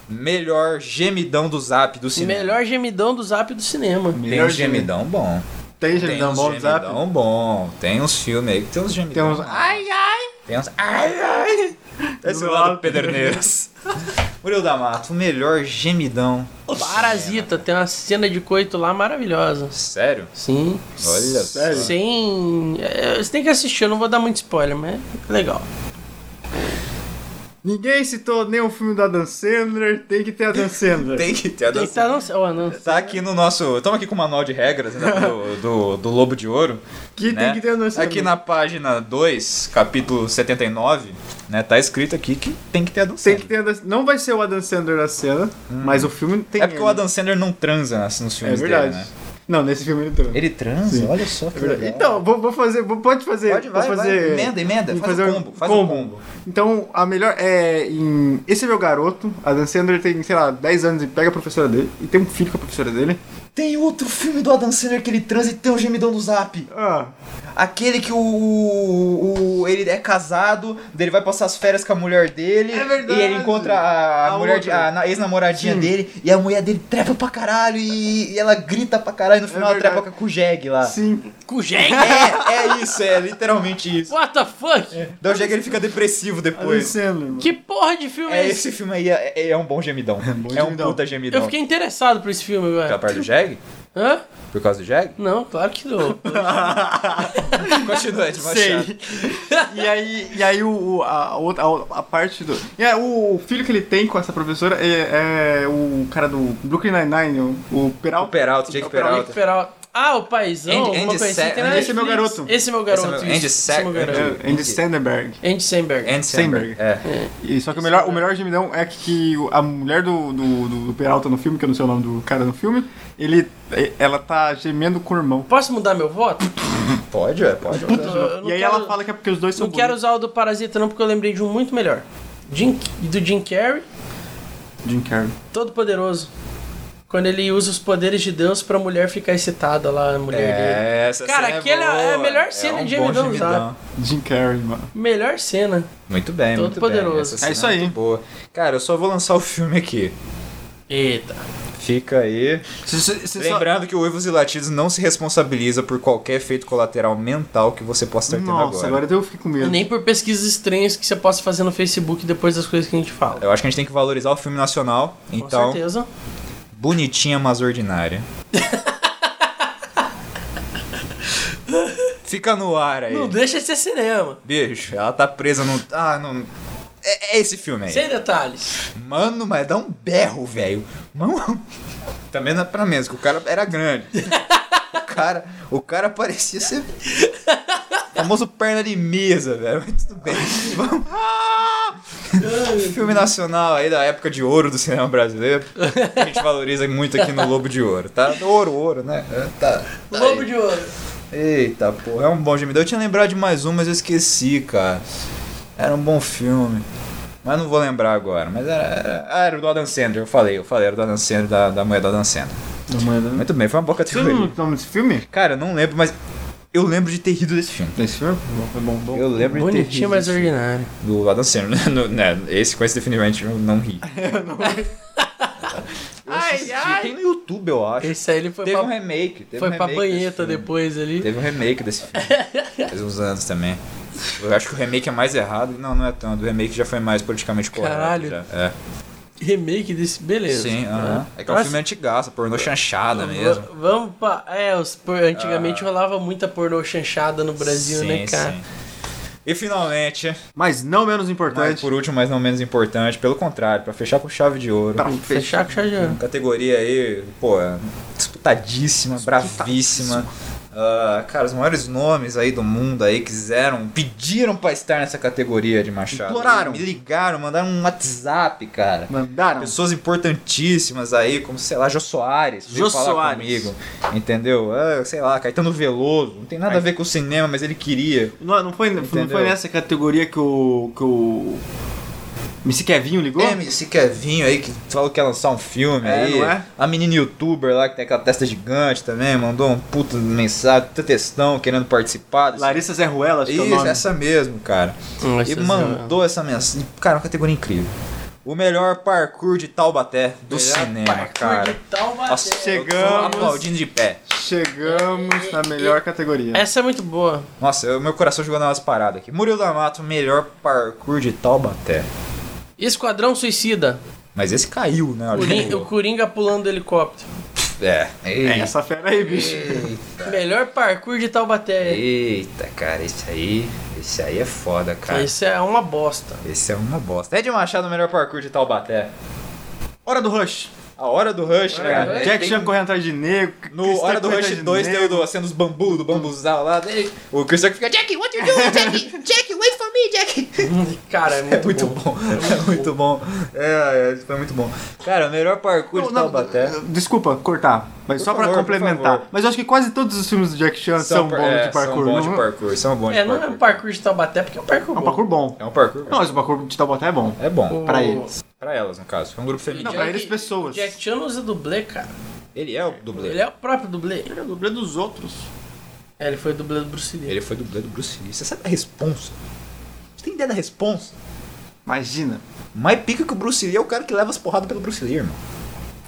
[SPEAKER 1] Melhor gemidão do zap do cinema.
[SPEAKER 2] Melhor gemidão do zap do cinema.
[SPEAKER 1] Tem
[SPEAKER 3] Melhor
[SPEAKER 1] um gemidão bom.
[SPEAKER 3] Tem
[SPEAKER 1] Tem
[SPEAKER 3] gemidão
[SPEAKER 1] uns
[SPEAKER 3] um bom no zap?
[SPEAKER 1] gemidão bom. Tem uns filmes aí que tem uns
[SPEAKER 3] Tem
[SPEAKER 1] gemidão.
[SPEAKER 3] uns... Ai, ai.
[SPEAKER 1] Tem uns... Ai, ai. Esse é
[SPEAKER 3] Do
[SPEAKER 1] lado
[SPEAKER 3] lado.
[SPEAKER 1] Pederneiras. Murilo da Mata, o melhor gemidão.
[SPEAKER 2] Parasita, tem uma cena de coito lá maravilhosa.
[SPEAKER 1] Sério?
[SPEAKER 2] Sim.
[SPEAKER 1] Olha
[SPEAKER 3] Sério?
[SPEAKER 1] só.
[SPEAKER 2] Sem. é, Você tem que assistir, eu não vou dar muito spoiler, mas é legal.
[SPEAKER 3] Ninguém citou nenhum filme da Dan Sandler. Tem que ter a Dan Sandler.
[SPEAKER 1] Tem que ter a
[SPEAKER 2] Tem que tá,
[SPEAKER 1] dança.
[SPEAKER 2] não, sei- ó, não.
[SPEAKER 1] Tá aqui no nosso. Estamos aqui com o manual de regras né, do, do, do Lobo de Ouro.
[SPEAKER 3] Que
[SPEAKER 1] né?
[SPEAKER 3] tem que ter a Dan Sandler.
[SPEAKER 1] Aqui na página 2, capítulo 79, né? Tá escrito aqui que tem que ter a Dan
[SPEAKER 3] Tem que
[SPEAKER 1] Sandler.
[SPEAKER 3] ter a Dan... Não vai ser o Adam Sandler da cena, mas o filme tem
[SPEAKER 1] Hum. É porque o
[SPEAKER 3] ele.
[SPEAKER 1] Adam Sandler não transa nas- nos
[SPEAKER 3] É
[SPEAKER 1] filmes
[SPEAKER 3] verdade.
[SPEAKER 1] dele, né?
[SPEAKER 3] Não, nesse filme ele transa.
[SPEAKER 1] Ele transa?
[SPEAKER 3] Sim.
[SPEAKER 1] Olha só
[SPEAKER 3] É
[SPEAKER 1] que
[SPEAKER 3] verdade.
[SPEAKER 1] legal.
[SPEAKER 3] Então, vou, vou fazer. Vou, pode fazer.
[SPEAKER 1] Pode, vai,
[SPEAKER 3] vou
[SPEAKER 1] vai.
[SPEAKER 3] fazer,
[SPEAKER 1] Emenda, emenda.
[SPEAKER 3] vou
[SPEAKER 1] Faz o
[SPEAKER 3] fazer um
[SPEAKER 1] combo, faz o combo.
[SPEAKER 3] Então, a melhor é. Em Esse é meu garoto. A Dan Sandler tem, sei lá, 10 anos e pega a professora dele. E tem um filho com a professora dele.
[SPEAKER 1] Tem outro filme do Adam Sandler que ele transa e tem um gemidão no zap.
[SPEAKER 3] Ah,
[SPEAKER 1] Aquele que o, o- o- ele é casado, ele vai passar as férias com a mulher dele.
[SPEAKER 3] É verdade.
[SPEAKER 1] E ele encontra a,
[SPEAKER 3] A
[SPEAKER 1] mulher de-
[SPEAKER 3] outra.
[SPEAKER 1] a na- ex-namoradinha dele. E a mulher dele trepa pra caralho. E, e ela grita pra caralho. E no final ela
[SPEAKER 3] É verdade.
[SPEAKER 1] trepa com o Jeg lá.
[SPEAKER 3] sim.
[SPEAKER 2] Cujeg!
[SPEAKER 1] É, é isso, é literalmente isso.
[SPEAKER 2] What the fuck?
[SPEAKER 3] É.
[SPEAKER 1] Daí o Jeg ele fica depressivo
[SPEAKER 3] A Dan
[SPEAKER 1] depois.
[SPEAKER 3] Sandler, mano.
[SPEAKER 2] Que porra de filme é,
[SPEAKER 1] É,
[SPEAKER 2] esse?
[SPEAKER 1] esse filme aí é, é- é um bom gemidão. É um,
[SPEAKER 3] gemidão.
[SPEAKER 1] puta
[SPEAKER 2] Eu
[SPEAKER 1] gemidão.
[SPEAKER 2] fiquei interessado por esse filme
[SPEAKER 1] Pela
[SPEAKER 2] agora.
[SPEAKER 1] parte do Jeg?
[SPEAKER 2] Hã?
[SPEAKER 1] Por causa do Jeg?
[SPEAKER 2] Não, claro que não.
[SPEAKER 1] Continua, Ed Machado.
[SPEAKER 3] Sei. e aí, e aí o, o- a, outra- a, a parte do. E aí, o filho que ele tem com essa professora é, é o cara do Brooklyn Nine-Nine, o, o
[SPEAKER 1] O
[SPEAKER 3] Peral.
[SPEAKER 1] Peralta, Jake Peralta.
[SPEAKER 2] Peral- Ah, o paizão.
[SPEAKER 1] Andy-
[SPEAKER 2] uma
[SPEAKER 1] Andy
[SPEAKER 2] coisa assim,
[SPEAKER 1] Sa-
[SPEAKER 2] tem
[SPEAKER 1] Andy-
[SPEAKER 2] na
[SPEAKER 3] Esse é meu
[SPEAKER 2] Netflix.
[SPEAKER 3] garoto.
[SPEAKER 2] Esse é meu garoto.
[SPEAKER 1] Esse é
[SPEAKER 2] isso.
[SPEAKER 1] meu- Andy
[SPEAKER 2] Esse é meu
[SPEAKER 1] Sa-
[SPEAKER 2] garoto.
[SPEAKER 3] É, Andy Sandberg.
[SPEAKER 2] Andy Samberg.
[SPEAKER 1] Andy Samberg.
[SPEAKER 3] Samberg.
[SPEAKER 1] É.
[SPEAKER 3] E só que o melhor, o melhor gemidão é que o- a mulher do, do, do- do Peralta no filme, que eu não sei o nome do cara no filme, ele, ela tá gemendo com o irmão.
[SPEAKER 2] Posso mudar meu voto?
[SPEAKER 1] Pode, é, pode.
[SPEAKER 2] Eu não
[SPEAKER 3] E aí
[SPEAKER 2] quero-
[SPEAKER 3] ela fala que é porque os dois são
[SPEAKER 2] Não quero
[SPEAKER 3] bonitos.
[SPEAKER 2] usar o do Parasita não, porque eu lembrei de um muito melhor. Jim- do Jim Carrey,
[SPEAKER 3] Jim Carrey.
[SPEAKER 2] Todo Poderoso. Quando ele usa os poderes de Deus pra mulher ficar excitada lá, a mulher dele.
[SPEAKER 1] É, essa
[SPEAKER 2] Cara,
[SPEAKER 1] cena
[SPEAKER 2] aquele é
[SPEAKER 1] boa. um
[SPEAKER 2] a melhor cena de tá?
[SPEAKER 1] bom
[SPEAKER 2] gemidão,
[SPEAKER 1] gemidão.
[SPEAKER 3] Jim Carrey, mano.
[SPEAKER 2] Melhor cena.
[SPEAKER 1] Muito bem,
[SPEAKER 2] Todo
[SPEAKER 1] muito bem.
[SPEAKER 2] poderoso.
[SPEAKER 1] Essa cena
[SPEAKER 3] É isso aí.
[SPEAKER 1] muito boa. Cara, eu só vou lançar o filme aqui.
[SPEAKER 2] Eita.
[SPEAKER 1] Fica aí.
[SPEAKER 3] Cê- cê- cê só-
[SPEAKER 1] Lembrando que o Uivos e Latidos não se responsabiliza por qualquer efeito colateral mental que você possa estar tendo
[SPEAKER 3] Nossa, agora eu fico com medo.
[SPEAKER 2] Nem por pesquisas estranhas que você possa fazer no Facebook depois das coisas que a gente fala.
[SPEAKER 1] Eu acho que a gente tem que valorizar o filme nacional.
[SPEAKER 2] Com
[SPEAKER 1] Então,
[SPEAKER 2] certeza.
[SPEAKER 1] bonitinha, mas ordinária. Fica no ar aí.
[SPEAKER 2] Não deixa de ser cinema.
[SPEAKER 1] Bicho, ela tá presa num. Ah, não. É, é esse filme aí.
[SPEAKER 2] Sem detalhes.
[SPEAKER 1] Mano, mas dá um berro, velho. Mano. Também não é pra menos, que o cara era grande. O cara, o cara parecia ser. Famoso perna de mesa, velho. Mas tudo bem. Vamos. Ah! Filme nacional aí da época de ouro do cinema brasileiro. A gente valoriza muito aqui no Lobo de Ouro, tá? Ouro, ouro, né? É, Tá. tá
[SPEAKER 2] Lobo
[SPEAKER 1] aí.
[SPEAKER 2] de ouro.
[SPEAKER 1] Eita, porra, é um bom gemidão. Eu tinha lembrado de mais um, mas eu esqueci, cara. Era um bom filme. Mas não vou lembrar agora. Mas era, era, ah, era o do Adam Sandler, eu falei. Eu falei, era o do Adam Sandler, da, da mulher do Adam Sandler. Muito bem, foi uma boa
[SPEAKER 3] Você não
[SPEAKER 1] categoria.
[SPEAKER 3] o nome desse filme?
[SPEAKER 1] Cara, eu não lembro, mas eu lembro de ter rido desse filme.
[SPEAKER 3] Desse filme? Foi bom, bom.
[SPEAKER 1] Eu lembro de ter rido
[SPEAKER 2] Bonitinho, mas
[SPEAKER 1] desse
[SPEAKER 2] ordinário.
[SPEAKER 1] filme. do Adam Sandler. No- né, esse com esse definitivamente eu não ri. Eu assisti, Tem no YouTube, eu acho.
[SPEAKER 2] Esse aí ele foi
[SPEAKER 1] Teve
[SPEAKER 2] pra,
[SPEAKER 1] um remake. Teve um
[SPEAKER 2] foi pra
[SPEAKER 1] remake desse
[SPEAKER 2] banheta
[SPEAKER 1] filme.
[SPEAKER 2] depois ali.
[SPEAKER 1] Teve um remake desse filme. Faz uns anos também. Eu acho que o remake é mais errado. Não, não é tanto. O remake já foi mais politicamente correto.
[SPEAKER 2] Caralho.
[SPEAKER 1] já. É.
[SPEAKER 2] Remake desse, beleza.
[SPEAKER 1] Sim, aham. É que é um
[SPEAKER 2] Nossa.
[SPEAKER 1] filme antigaço, pornô chanchada
[SPEAKER 2] Va-
[SPEAKER 1] mesmo. Ah.
[SPEAKER 2] Vamos é, pra. É, os por- antigamente rolava muita pornô chanchada no Brasil,
[SPEAKER 1] sim,
[SPEAKER 2] né, cara?
[SPEAKER 1] sim. E finalmente,
[SPEAKER 3] Mas não menos
[SPEAKER 1] mas
[SPEAKER 3] importante.
[SPEAKER 1] por último, mas não menos importante, pelo contrário, pra fechar com chave de ouro.
[SPEAKER 3] Pra
[SPEAKER 2] Fechar com chá de ouro.
[SPEAKER 1] Categoria aí, pô, disputadíssima, bravíssima. Ah, cara, os maiores nomes aí do mundo aí quiseram, pediram pra estar nessa categoria de Machado.
[SPEAKER 3] Imploraram.
[SPEAKER 1] Me ligaram, mandaram um WhatsApp, cara.
[SPEAKER 3] Mandaram.
[SPEAKER 1] Pessoas importantíssimas aí, como, sei lá, Jô Soares. veio
[SPEAKER 3] Jô
[SPEAKER 1] falar
[SPEAKER 3] Soares.
[SPEAKER 1] comigo, entendeu? Ah, sei lá, Caetano Veloso. Não tem nada a ver com o cinema, mas ele queria.
[SPEAKER 3] Não, não, foi, não
[SPEAKER 1] Entendeu?
[SPEAKER 3] foi nessa categoria que o. que o. MC Kevinho ligou?
[SPEAKER 1] É, esse Kevinho aí que falou que ia lançar um filme
[SPEAKER 3] É,
[SPEAKER 1] aí.
[SPEAKER 3] não é?
[SPEAKER 1] A menina youtuber lá que tem aquela testa gigante também, mandou um puto mensagem, puta textão, querendo participar. desse-
[SPEAKER 3] Larissa Zé Ruela, acho que é o
[SPEAKER 1] Isso,
[SPEAKER 3] nome. é
[SPEAKER 1] essa mesmo, cara.
[SPEAKER 2] Hum,
[SPEAKER 1] e
[SPEAKER 2] essa-
[SPEAKER 1] mandou essa mensagem. Cara, uma categoria incrível. O melhor parkour de Taubaté do cinema, cara. Nossa, eu tô
[SPEAKER 3] Chegamos.
[SPEAKER 1] aplaudindo de pé.
[SPEAKER 3] Chegamos na melhor categoria.
[SPEAKER 2] Essa é muito boa.
[SPEAKER 1] Nossa, eu- meu coração jogando umas paradas aqui. Murilo da Mato, melhor parkour de Taubaté.
[SPEAKER 2] Esquadrão Suicida.
[SPEAKER 1] Mas esse caiu, né? Olha,
[SPEAKER 2] Corin- o Coringa pulando do helicóptero.
[SPEAKER 1] É.
[SPEAKER 3] É,
[SPEAKER 1] Eita.
[SPEAKER 3] essa fera aí, bicho.
[SPEAKER 2] Melhor parkour de Taubaté.
[SPEAKER 1] Eita, cara, esse aí. Esse aí é foda, cara.
[SPEAKER 2] Isso é uma bosta.
[SPEAKER 1] Esse é uma bosta. Ed Machado, melhor parkour de Taubaté.
[SPEAKER 3] Hora do Rush.
[SPEAKER 1] A hora do Rush, cara.
[SPEAKER 2] do Rush.
[SPEAKER 3] Jack
[SPEAKER 1] É. Tem-
[SPEAKER 3] Chan correndo atrás de nego.
[SPEAKER 1] No
[SPEAKER 3] Christian
[SPEAKER 1] Hora do
[SPEAKER 3] correndo
[SPEAKER 1] Rush
[SPEAKER 3] atrás de
[SPEAKER 1] 2 tem o
[SPEAKER 3] nego.
[SPEAKER 1] do, sendo os bambu, do bambuzal lá. Daí O Christian fica, Jack, what you doing, Jack? Jack, wait for me, Jack.
[SPEAKER 2] Cara, é muito,
[SPEAKER 1] É muito bom, é muito bom. É, é, foi muito bom. Cara, o melhor parkour de
[SPEAKER 3] Não, não,
[SPEAKER 1] Taubaté.
[SPEAKER 3] Desculpa cortar, mas
[SPEAKER 1] Por
[SPEAKER 3] só pra
[SPEAKER 1] favor, por
[SPEAKER 3] complementar.
[SPEAKER 1] favor.
[SPEAKER 3] Mas eu acho que quase todos os filmes do Jack Chan são, bons
[SPEAKER 1] é,
[SPEAKER 3] de parkour.
[SPEAKER 1] São bons
[SPEAKER 3] não-
[SPEAKER 1] de parkour, são bons
[SPEAKER 2] É,
[SPEAKER 1] de
[SPEAKER 2] não
[SPEAKER 1] parkour.
[SPEAKER 2] é um parkour de Taubaté, porque é um parkour
[SPEAKER 3] É
[SPEAKER 2] bom.
[SPEAKER 3] um parkour bom.
[SPEAKER 1] É um parkour.
[SPEAKER 3] Não, mas o parkour de Taubaté é bom.
[SPEAKER 1] É bom,
[SPEAKER 2] O-
[SPEAKER 3] pra eles.
[SPEAKER 1] pra elas, no caso. É um grupo feminino.
[SPEAKER 3] Não, pra eles, pessoas.
[SPEAKER 2] Jack Chan não usa dublê, cara.
[SPEAKER 1] Ele é o dublê.
[SPEAKER 2] Ele é o próprio dublê.
[SPEAKER 3] é o dublê dos outros.
[SPEAKER 2] É, ele foi dublê do Bruce Lee.
[SPEAKER 1] Ele foi dublê do Bruce Lee. Você sabe a responsa? Você tem ideia da responsa?
[SPEAKER 3] Imagina.
[SPEAKER 1] Mais pica que o Bruce Lee é o cara que leva as porradas pelo Bruce Lee, irmão.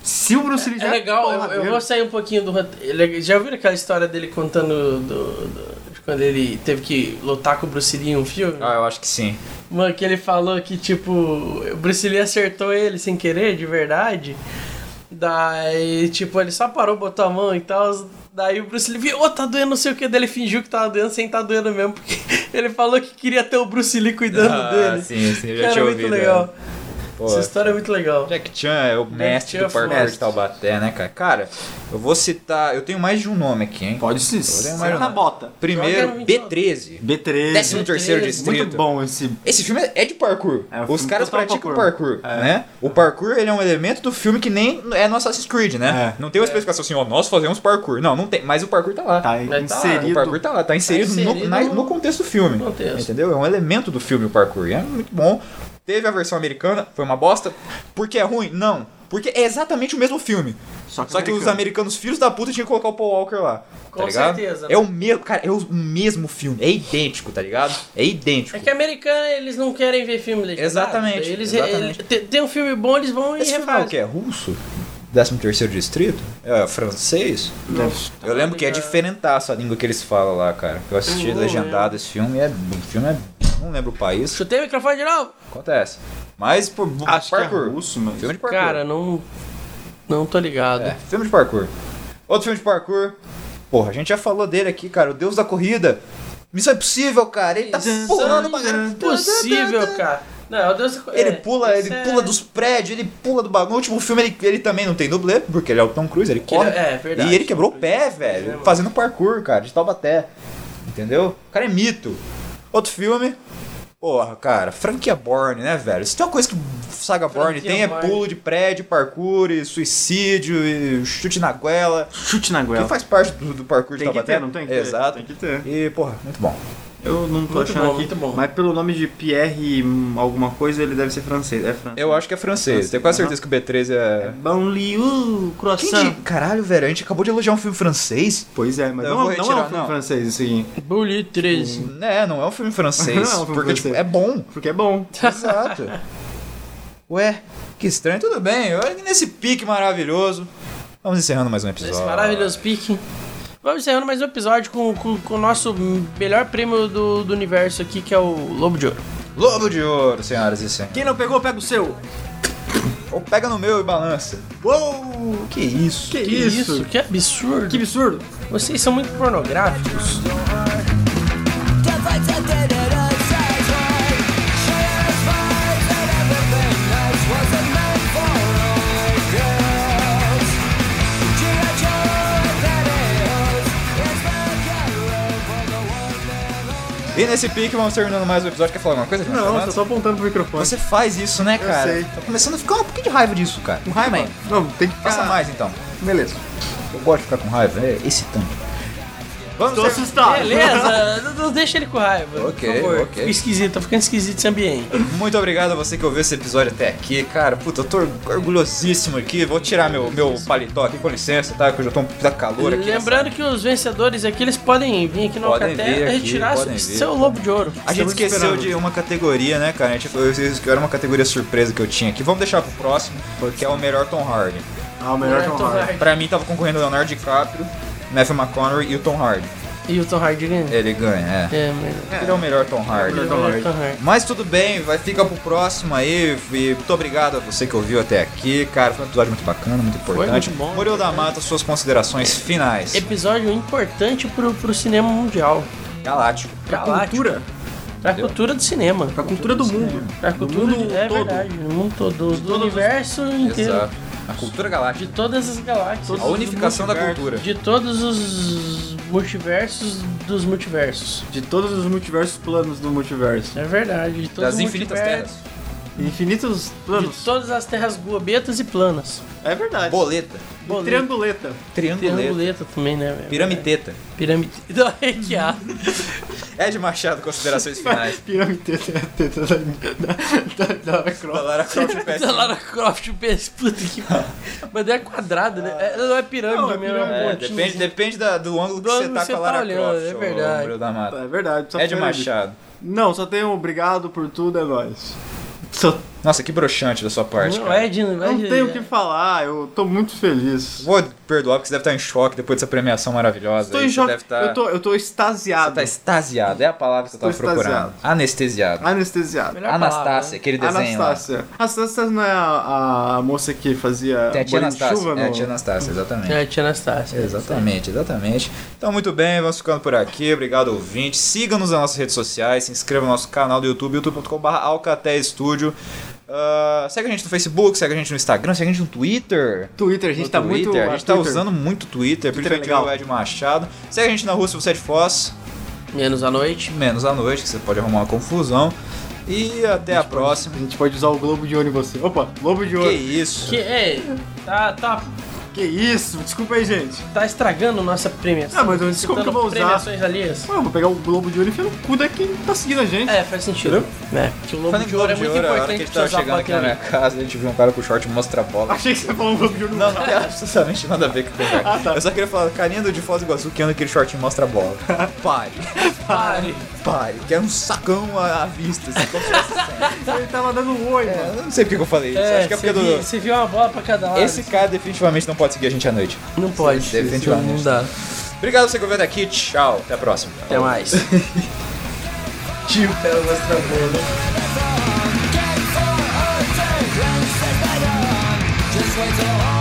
[SPEAKER 3] Se o Bruce Lee
[SPEAKER 2] É
[SPEAKER 3] já
[SPEAKER 2] legal, eu- eu,
[SPEAKER 3] porradeiro.
[SPEAKER 2] vou sair um pouquinho do rote- ele- é, Já ouviram aquela história dele contando do, do- de quando ele teve que lutar com o Bruce Lee em um filme?
[SPEAKER 1] Ah, eu acho que sim.
[SPEAKER 2] Mano, que ele falou que, tipo, o Bruce Lee acertou ele sem querer, de verdade. Daí, tipo, ele só parou, botou a mão e tal. Daí o Bruce Lee viu, ô, tá doendo não sei o que. Daí ele fingiu que tava doendo sem tá doendo mesmo. Porque ele falou que queria ter o Bruce Lee cuidando dele.
[SPEAKER 1] Ah, sim, sim, eu já
[SPEAKER 2] Cara, é
[SPEAKER 1] tinha
[SPEAKER 2] muito
[SPEAKER 1] ouvido.
[SPEAKER 2] legal.
[SPEAKER 1] Pô,
[SPEAKER 2] Essa história é muito legal.
[SPEAKER 1] Jack Chan é o mestre
[SPEAKER 2] Chan
[SPEAKER 1] do parkour
[SPEAKER 2] mestre.
[SPEAKER 1] de Taubaté, né, cara? Cara, eu vou citar... Eu tenho mais de um nome aqui, hein?
[SPEAKER 3] Pode se
[SPEAKER 1] Olha,
[SPEAKER 3] ser
[SPEAKER 1] Mariana.
[SPEAKER 3] na bota.
[SPEAKER 1] um Primeiro,
[SPEAKER 2] Joga no
[SPEAKER 1] B13.
[SPEAKER 3] B13.
[SPEAKER 1] 13 terceiro
[SPEAKER 2] B13,
[SPEAKER 1] distrito.
[SPEAKER 3] Muito bom esse.
[SPEAKER 1] Esse filme é de parkour.
[SPEAKER 3] É, o
[SPEAKER 1] Os
[SPEAKER 3] filme
[SPEAKER 1] caras
[SPEAKER 3] total
[SPEAKER 1] praticam parkour,
[SPEAKER 3] parkour. É.
[SPEAKER 1] né? O parkour, ele é um elemento do filme que nem é no Assassin's Creed, né?
[SPEAKER 3] É.
[SPEAKER 1] Não tem uma especificação assim, ó, nós fazemos parkour. Não, não tem, mas o parkour tá lá.
[SPEAKER 3] Tá
[SPEAKER 2] Mas tá,
[SPEAKER 1] O
[SPEAKER 3] inserido.
[SPEAKER 1] parkour tá lá, tá inserido,
[SPEAKER 2] inserido
[SPEAKER 1] no, na-
[SPEAKER 2] no-
[SPEAKER 1] no contexto do filme.
[SPEAKER 2] contexto.
[SPEAKER 1] Entendeu? É um elemento do filme o parkour. E é muito bom. Teve a versão americana, foi uma bosta. Porque é ruim? Não. Porque é exatamente o mesmo filme.
[SPEAKER 3] Só que
[SPEAKER 1] Só que os
[SPEAKER 3] americano.
[SPEAKER 1] americanos, filhos da puta, tinham que colocar o Paul Walker lá.
[SPEAKER 2] Com
[SPEAKER 1] tá ligado?
[SPEAKER 2] certeza. né?
[SPEAKER 1] É o mesmo, cara, é o mesmo filme. É idêntico, tá ligado? É idêntico.
[SPEAKER 2] É que americano, eles não querem ver filme legendado.
[SPEAKER 1] Exatamente,
[SPEAKER 2] Eles,
[SPEAKER 1] exatamente.
[SPEAKER 2] eles- tem, tem um filme bom, eles vão e
[SPEAKER 1] Esse filme é o
[SPEAKER 2] refazem.
[SPEAKER 1] que? É russo? 13 terceiro distrito? É francês? Eu lembro que é diferentaço a língua que eles falam lá, cara. Eu assisti
[SPEAKER 2] Uhum,
[SPEAKER 1] legendado esse filme, é, o filme é... Não lembro o país,
[SPEAKER 2] Chutei o microfone de novo.
[SPEAKER 1] acontece. Mas por
[SPEAKER 3] Acho
[SPEAKER 1] parkour.
[SPEAKER 3] que é russo, mas.
[SPEAKER 1] Filme de parkour.
[SPEAKER 2] Cara, não. Não tô ligado.
[SPEAKER 1] É, filme de parkour. Outro filme de parkour. Porra, a gente já falou dele aqui, cara. O Deus da Corrida. Missão Impossível, cara. Ele tá
[SPEAKER 2] Isso
[SPEAKER 1] pulando pra
[SPEAKER 2] é impossível, cara. Não, Deus
[SPEAKER 1] Ele pula, ele
[SPEAKER 2] é
[SPEAKER 1] pula dos prédios, ele pula do bagulho. No último filme ele, ele também não tem dublê, porque ele é o Tom Cruise, ele corre.
[SPEAKER 2] é, verdade.
[SPEAKER 1] E ele quebrou o pé, velho, fazendo um parkour, cara, de Taubaté. Entendeu? O cara é mito. Outro filme. Porra, cara, franquia Bourne, né, velho? Se tem uma coisa que Saga Bourne
[SPEAKER 2] Franquia
[SPEAKER 1] tem é
[SPEAKER 2] Bourne.
[SPEAKER 1] pulo de prédio, parkour, e suicídio, e chute na goela.
[SPEAKER 3] Chute na
[SPEAKER 1] Que
[SPEAKER 3] goela.
[SPEAKER 1] faz parte do, do parkour de
[SPEAKER 3] É. Tem que
[SPEAKER 1] Taubaté.
[SPEAKER 3] ter, não tem que ter.
[SPEAKER 1] Exato.
[SPEAKER 3] Tem que ter.
[SPEAKER 1] E, porra, muito bom.
[SPEAKER 3] Eu não tô
[SPEAKER 2] Muito
[SPEAKER 3] achando
[SPEAKER 2] bom,
[SPEAKER 3] aqui.
[SPEAKER 2] muito bom.
[SPEAKER 3] Mas pelo nome de Pierre hum, alguma coisa, ele deve ser francês. É francês.
[SPEAKER 1] Eu acho que é francês. Tenho quase certeza que o B13 é...
[SPEAKER 3] Banliu
[SPEAKER 1] Quem
[SPEAKER 3] Croissant.
[SPEAKER 1] di- Caralho, velho, a gente acabou de elogiar um filme francês?
[SPEAKER 3] Pois é, mas
[SPEAKER 1] Eu
[SPEAKER 3] não,
[SPEAKER 1] vou
[SPEAKER 3] não é
[SPEAKER 1] retirar,
[SPEAKER 3] um filme
[SPEAKER 1] não.
[SPEAKER 3] francês isso aqui.
[SPEAKER 2] Bully 13.
[SPEAKER 1] É, não é um filme francês.
[SPEAKER 3] Não é um filme
[SPEAKER 1] porque, tipo,
[SPEAKER 3] francês.
[SPEAKER 1] é bom.
[SPEAKER 3] Porque é bom.
[SPEAKER 1] Exato. Ué, que estranho. Tudo bem, eu- nesse pique maravilhoso. Vamos encerrando mais um episódio.
[SPEAKER 2] Esse maravilhoso pique. Vamos encerrando mais um episódio com, com- com o nosso melhor prêmio do, do universo aqui, que é o Lobo de Ouro.
[SPEAKER 1] Lobo de ouro, senhoras e senhores.
[SPEAKER 3] Quem não pegou, pega o seu.
[SPEAKER 1] Ou pega no meu e balança. Uou, que isso.
[SPEAKER 3] Que,
[SPEAKER 2] Que
[SPEAKER 3] isso?
[SPEAKER 2] isso? Que absurdo.
[SPEAKER 3] Que absurdo.
[SPEAKER 2] Vocês são muito pornográficos.
[SPEAKER 5] Can't fight a dead and a
[SPEAKER 1] E nesse pique, vamos terminando mais o episódio. Quer falar alguma coisa? Renato
[SPEAKER 3] Não, tô
[SPEAKER 1] Fernandes?
[SPEAKER 3] só apontando pro microfone.
[SPEAKER 1] Você faz isso, né, cara?
[SPEAKER 3] sei.
[SPEAKER 1] Tô começando a ficar um pouquinho de raiva disso, cara.
[SPEAKER 3] Com raiva?
[SPEAKER 1] Também.
[SPEAKER 3] Não, tem que
[SPEAKER 1] Faça
[SPEAKER 3] ficar-
[SPEAKER 1] mais, então.
[SPEAKER 3] Beleza.
[SPEAKER 1] Eu gosto de ficar com raiva, é excitante. Vamos
[SPEAKER 3] Tô
[SPEAKER 1] ter-
[SPEAKER 3] assustado.
[SPEAKER 2] Beleza, não- não deixa ele com raiva.
[SPEAKER 1] Ok,
[SPEAKER 2] por favor.
[SPEAKER 1] ok.
[SPEAKER 2] Fica esquisito, tá ficando esquisito esse ambiente.
[SPEAKER 1] Muito obrigado a você que ouviu esse episódio até aqui, cara. Puta, eu tô orgulhosíssimo aqui. Vou tirar meu, meu paletó aqui, com licença, tá? Que eu já tô um puta calor aqui. nessa-
[SPEAKER 2] Lembrando que os vencedores aqui, eles podem vir aqui no
[SPEAKER 1] Podem vir
[SPEAKER 2] Alcatel e
[SPEAKER 1] aqui,
[SPEAKER 2] retirar
[SPEAKER 1] podem vir.
[SPEAKER 2] seu lobo de ouro.
[SPEAKER 1] A gente
[SPEAKER 3] Estamos
[SPEAKER 1] esqueceu
[SPEAKER 3] esperando.
[SPEAKER 1] de uma categoria, né, cara? A gente, eu, eu, eu- era uma categoria surpresa que eu tinha aqui. Vamos deixar pro próximo, que é o melhor Tom Hardy.
[SPEAKER 3] Ah, o melhor que
[SPEAKER 2] Tom Hardy.
[SPEAKER 1] Pra mim, tava concorrendo o Leonardo DiCaprio, Matthew McConaughey e o Tom Hardy.
[SPEAKER 2] E o Tom Hardy ganha.
[SPEAKER 1] Ele ganha, é.
[SPEAKER 2] É, melhor.
[SPEAKER 1] Ele é o melhor Tom Hardy.
[SPEAKER 3] Melhor Tom Hardy.
[SPEAKER 2] Tom Hardy.
[SPEAKER 1] Mas tudo bem, vai fica pro próximo aí. E muito obrigado a você que ouviu até aqui, cara. Foi um episódio muito bacana, muito importante.
[SPEAKER 2] muito bom, É
[SPEAKER 1] Murilo da Mata, suas considerações finais.
[SPEAKER 2] Episódio importante pro, pro cinema mundial.
[SPEAKER 1] Galáctico.
[SPEAKER 3] Pra
[SPEAKER 2] Galáctico.
[SPEAKER 3] cultura.
[SPEAKER 2] Pra cultura do cinema.
[SPEAKER 3] Pra cultura do mundo.
[SPEAKER 2] Pra
[SPEAKER 3] Do
[SPEAKER 2] cultura
[SPEAKER 3] mundo
[SPEAKER 2] de, é
[SPEAKER 3] todo.
[SPEAKER 2] verdade, no mundo todo. Do, do
[SPEAKER 3] todos os-
[SPEAKER 2] universo inteiro.
[SPEAKER 1] Exato. A cultura
[SPEAKER 2] De
[SPEAKER 1] galáctica.
[SPEAKER 2] todas as galáxias.
[SPEAKER 1] A unificação da cultura.
[SPEAKER 2] De todos os multiversos dos multiversos.
[SPEAKER 3] De todos os multiversos planos do multiverso.
[SPEAKER 2] É verdade. De todos
[SPEAKER 1] Das
[SPEAKER 2] os
[SPEAKER 1] infinitas
[SPEAKER 2] multiversos,
[SPEAKER 1] terras.
[SPEAKER 3] Infinitos planos.
[SPEAKER 2] De todas as terras globetas e planas.
[SPEAKER 3] É verdade.
[SPEAKER 1] Boleta.
[SPEAKER 3] E
[SPEAKER 2] Boleto.
[SPEAKER 3] Trianguleta.
[SPEAKER 1] Trianguleta.
[SPEAKER 2] Trianguleta também, né? velho?
[SPEAKER 1] Piramideta.
[SPEAKER 2] Pirâmide. Não, é que há.
[SPEAKER 1] Ed Machado, considerações finais.
[SPEAKER 3] Pirâmide teta da, da, da, da,
[SPEAKER 1] Da Lara Croft Pest.
[SPEAKER 2] Da Lara Croft, o PS, puta que. Mas é quadrado, né? É- Não é pirâmide
[SPEAKER 3] Não, é
[SPEAKER 2] mesmo,
[SPEAKER 3] pirâmide.
[SPEAKER 2] um
[SPEAKER 1] É,
[SPEAKER 2] montinho,
[SPEAKER 1] depende,
[SPEAKER 2] assim.
[SPEAKER 1] depende da- do ângulo que
[SPEAKER 2] Do
[SPEAKER 1] você
[SPEAKER 2] ângulo
[SPEAKER 1] tá
[SPEAKER 2] que você
[SPEAKER 1] com a
[SPEAKER 2] tá
[SPEAKER 1] Lara
[SPEAKER 2] olhando,
[SPEAKER 1] Croft.
[SPEAKER 2] é
[SPEAKER 1] ô,
[SPEAKER 2] verdade.
[SPEAKER 1] Murilo da Mata.
[SPEAKER 3] É verdade. só
[SPEAKER 1] Ed
[SPEAKER 3] foi ele.
[SPEAKER 1] Machado.
[SPEAKER 3] Não, só tem um obrigado por tudo, é nóis. Só-
[SPEAKER 1] Nossa, que broxante da sua parte,
[SPEAKER 2] Não
[SPEAKER 1] cara.
[SPEAKER 2] é de. Não, é
[SPEAKER 3] não
[SPEAKER 2] de-
[SPEAKER 3] tenho o que falar, eu tô muito feliz.
[SPEAKER 1] Vou perdoar porque você deve estar em choque depois dessa premiação maravilhosa.
[SPEAKER 3] Estou
[SPEAKER 1] aí.
[SPEAKER 3] em
[SPEAKER 1] Você
[SPEAKER 3] choque.
[SPEAKER 1] deve estar-
[SPEAKER 3] Eu, tô, eu tô
[SPEAKER 1] Você
[SPEAKER 3] extasiado.
[SPEAKER 1] tá extasiado, é a palavra que você
[SPEAKER 3] Tô
[SPEAKER 1] tava procurando.
[SPEAKER 3] extasiado. Ah, é
[SPEAKER 1] Anestesiado.
[SPEAKER 3] Anestesiado.
[SPEAKER 2] Melhor palavra,
[SPEAKER 1] Anastácia,
[SPEAKER 2] né?
[SPEAKER 1] aquele desenho
[SPEAKER 3] Anastácia. Anastácia não é a, a moça que fazia
[SPEAKER 1] lá. Tem a tia
[SPEAKER 3] bolinho de
[SPEAKER 1] Anastácia.
[SPEAKER 3] chuva
[SPEAKER 1] É, a
[SPEAKER 3] no-
[SPEAKER 1] tia Anastácia, exatamente.
[SPEAKER 2] É, Tia Anastácia.
[SPEAKER 1] Exatamente, exatamente. Então, muito bem, vamos ficando por aqui. Obrigado, ouvinte. Siga-nos nas nossas redes sociais, se inscreva no nosso canal do YouTube, youtube.com.br Alcaté Studio. Ah, segue a gente no Facebook, segue a gente no Instagram, segue a gente no Twitter.
[SPEAKER 3] Twitter, a gente
[SPEAKER 1] No
[SPEAKER 3] tá
[SPEAKER 1] Twitter,
[SPEAKER 3] muito.
[SPEAKER 1] A gente tá usando muito Twitter,
[SPEAKER 3] Twitter é
[SPEAKER 1] principalmente
[SPEAKER 3] legal.
[SPEAKER 1] o Ed Machado. Segue a gente na rua se você é de Foz.
[SPEAKER 2] Menos à noite.
[SPEAKER 1] menos à noite, que você pode arrumar uma confusão. E até a próxima.
[SPEAKER 3] A gente pode usar o Globo de Ouro em você. Opa, Globo de
[SPEAKER 1] Que
[SPEAKER 3] Ouro.
[SPEAKER 1] isso?
[SPEAKER 2] Que, é, tá, tá,
[SPEAKER 3] Que isso? Desculpa aí, gente.
[SPEAKER 2] tá estragando nossa premiação.
[SPEAKER 3] Ah, mas eu- desculpa que eu vou usar.
[SPEAKER 2] Premiações alheias.
[SPEAKER 3] Ué, eu vou pegar o Globo de Ouro e enfiar no cu da quem tá seguindo a gente.
[SPEAKER 2] É, faz sentido. É, porque o Lobo
[SPEAKER 1] Falando em
[SPEAKER 2] de Ouro é
[SPEAKER 1] Globo
[SPEAKER 2] muito
[SPEAKER 1] de Ouro, a hora que a
[SPEAKER 2] importante
[SPEAKER 1] gente
[SPEAKER 2] pra
[SPEAKER 1] tava
[SPEAKER 2] usar
[SPEAKER 1] chegando aqui na minha
[SPEAKER 2] pra
[SPEAKER 1] casa, a gente viu um cara com short mostra a bola.
[SPEAKER 3] Achei que você ia falar um Globo de Ouro no
[SPEAKER 1] Não, não tem absolutamente nada a ver com o cara. Eu só queria falar, carinha do de Foz do Iguaçu que anda aquele short mostra a bola. Pare,
[SPEAKER 2] Pare.
[SPEAKER 1] pare, que é um sacão à à vista. assim, como se fosse- assim. É,
[SPEAKER 3] Ele tava dando um oi, mano.
[SPEAKER 1] Eu não sei porque que eu falei isso.
[SPEAKER 2] É,
[SPEAKER 1] Acho que é
[SPEAKER 2] você,
[SPEAKER 1] porque do.
[SPEAKER 2] viu, você viu uma bola pra cada lado.
[SPEAKER 1] Esse cara definitivamente não pode seguir a gente à noite.
[SPEAKER 2] não pode.
[SPEAKER 1] Esse- definitivamente.
[SPEAKER 2] Não dá.
[SPEAKER 1] Obrigado por você que ouviu até aqui. Tchau. Até a próxima.
[SPEAKER 2] Até mais.
[SPEAKER 4] Just wait till all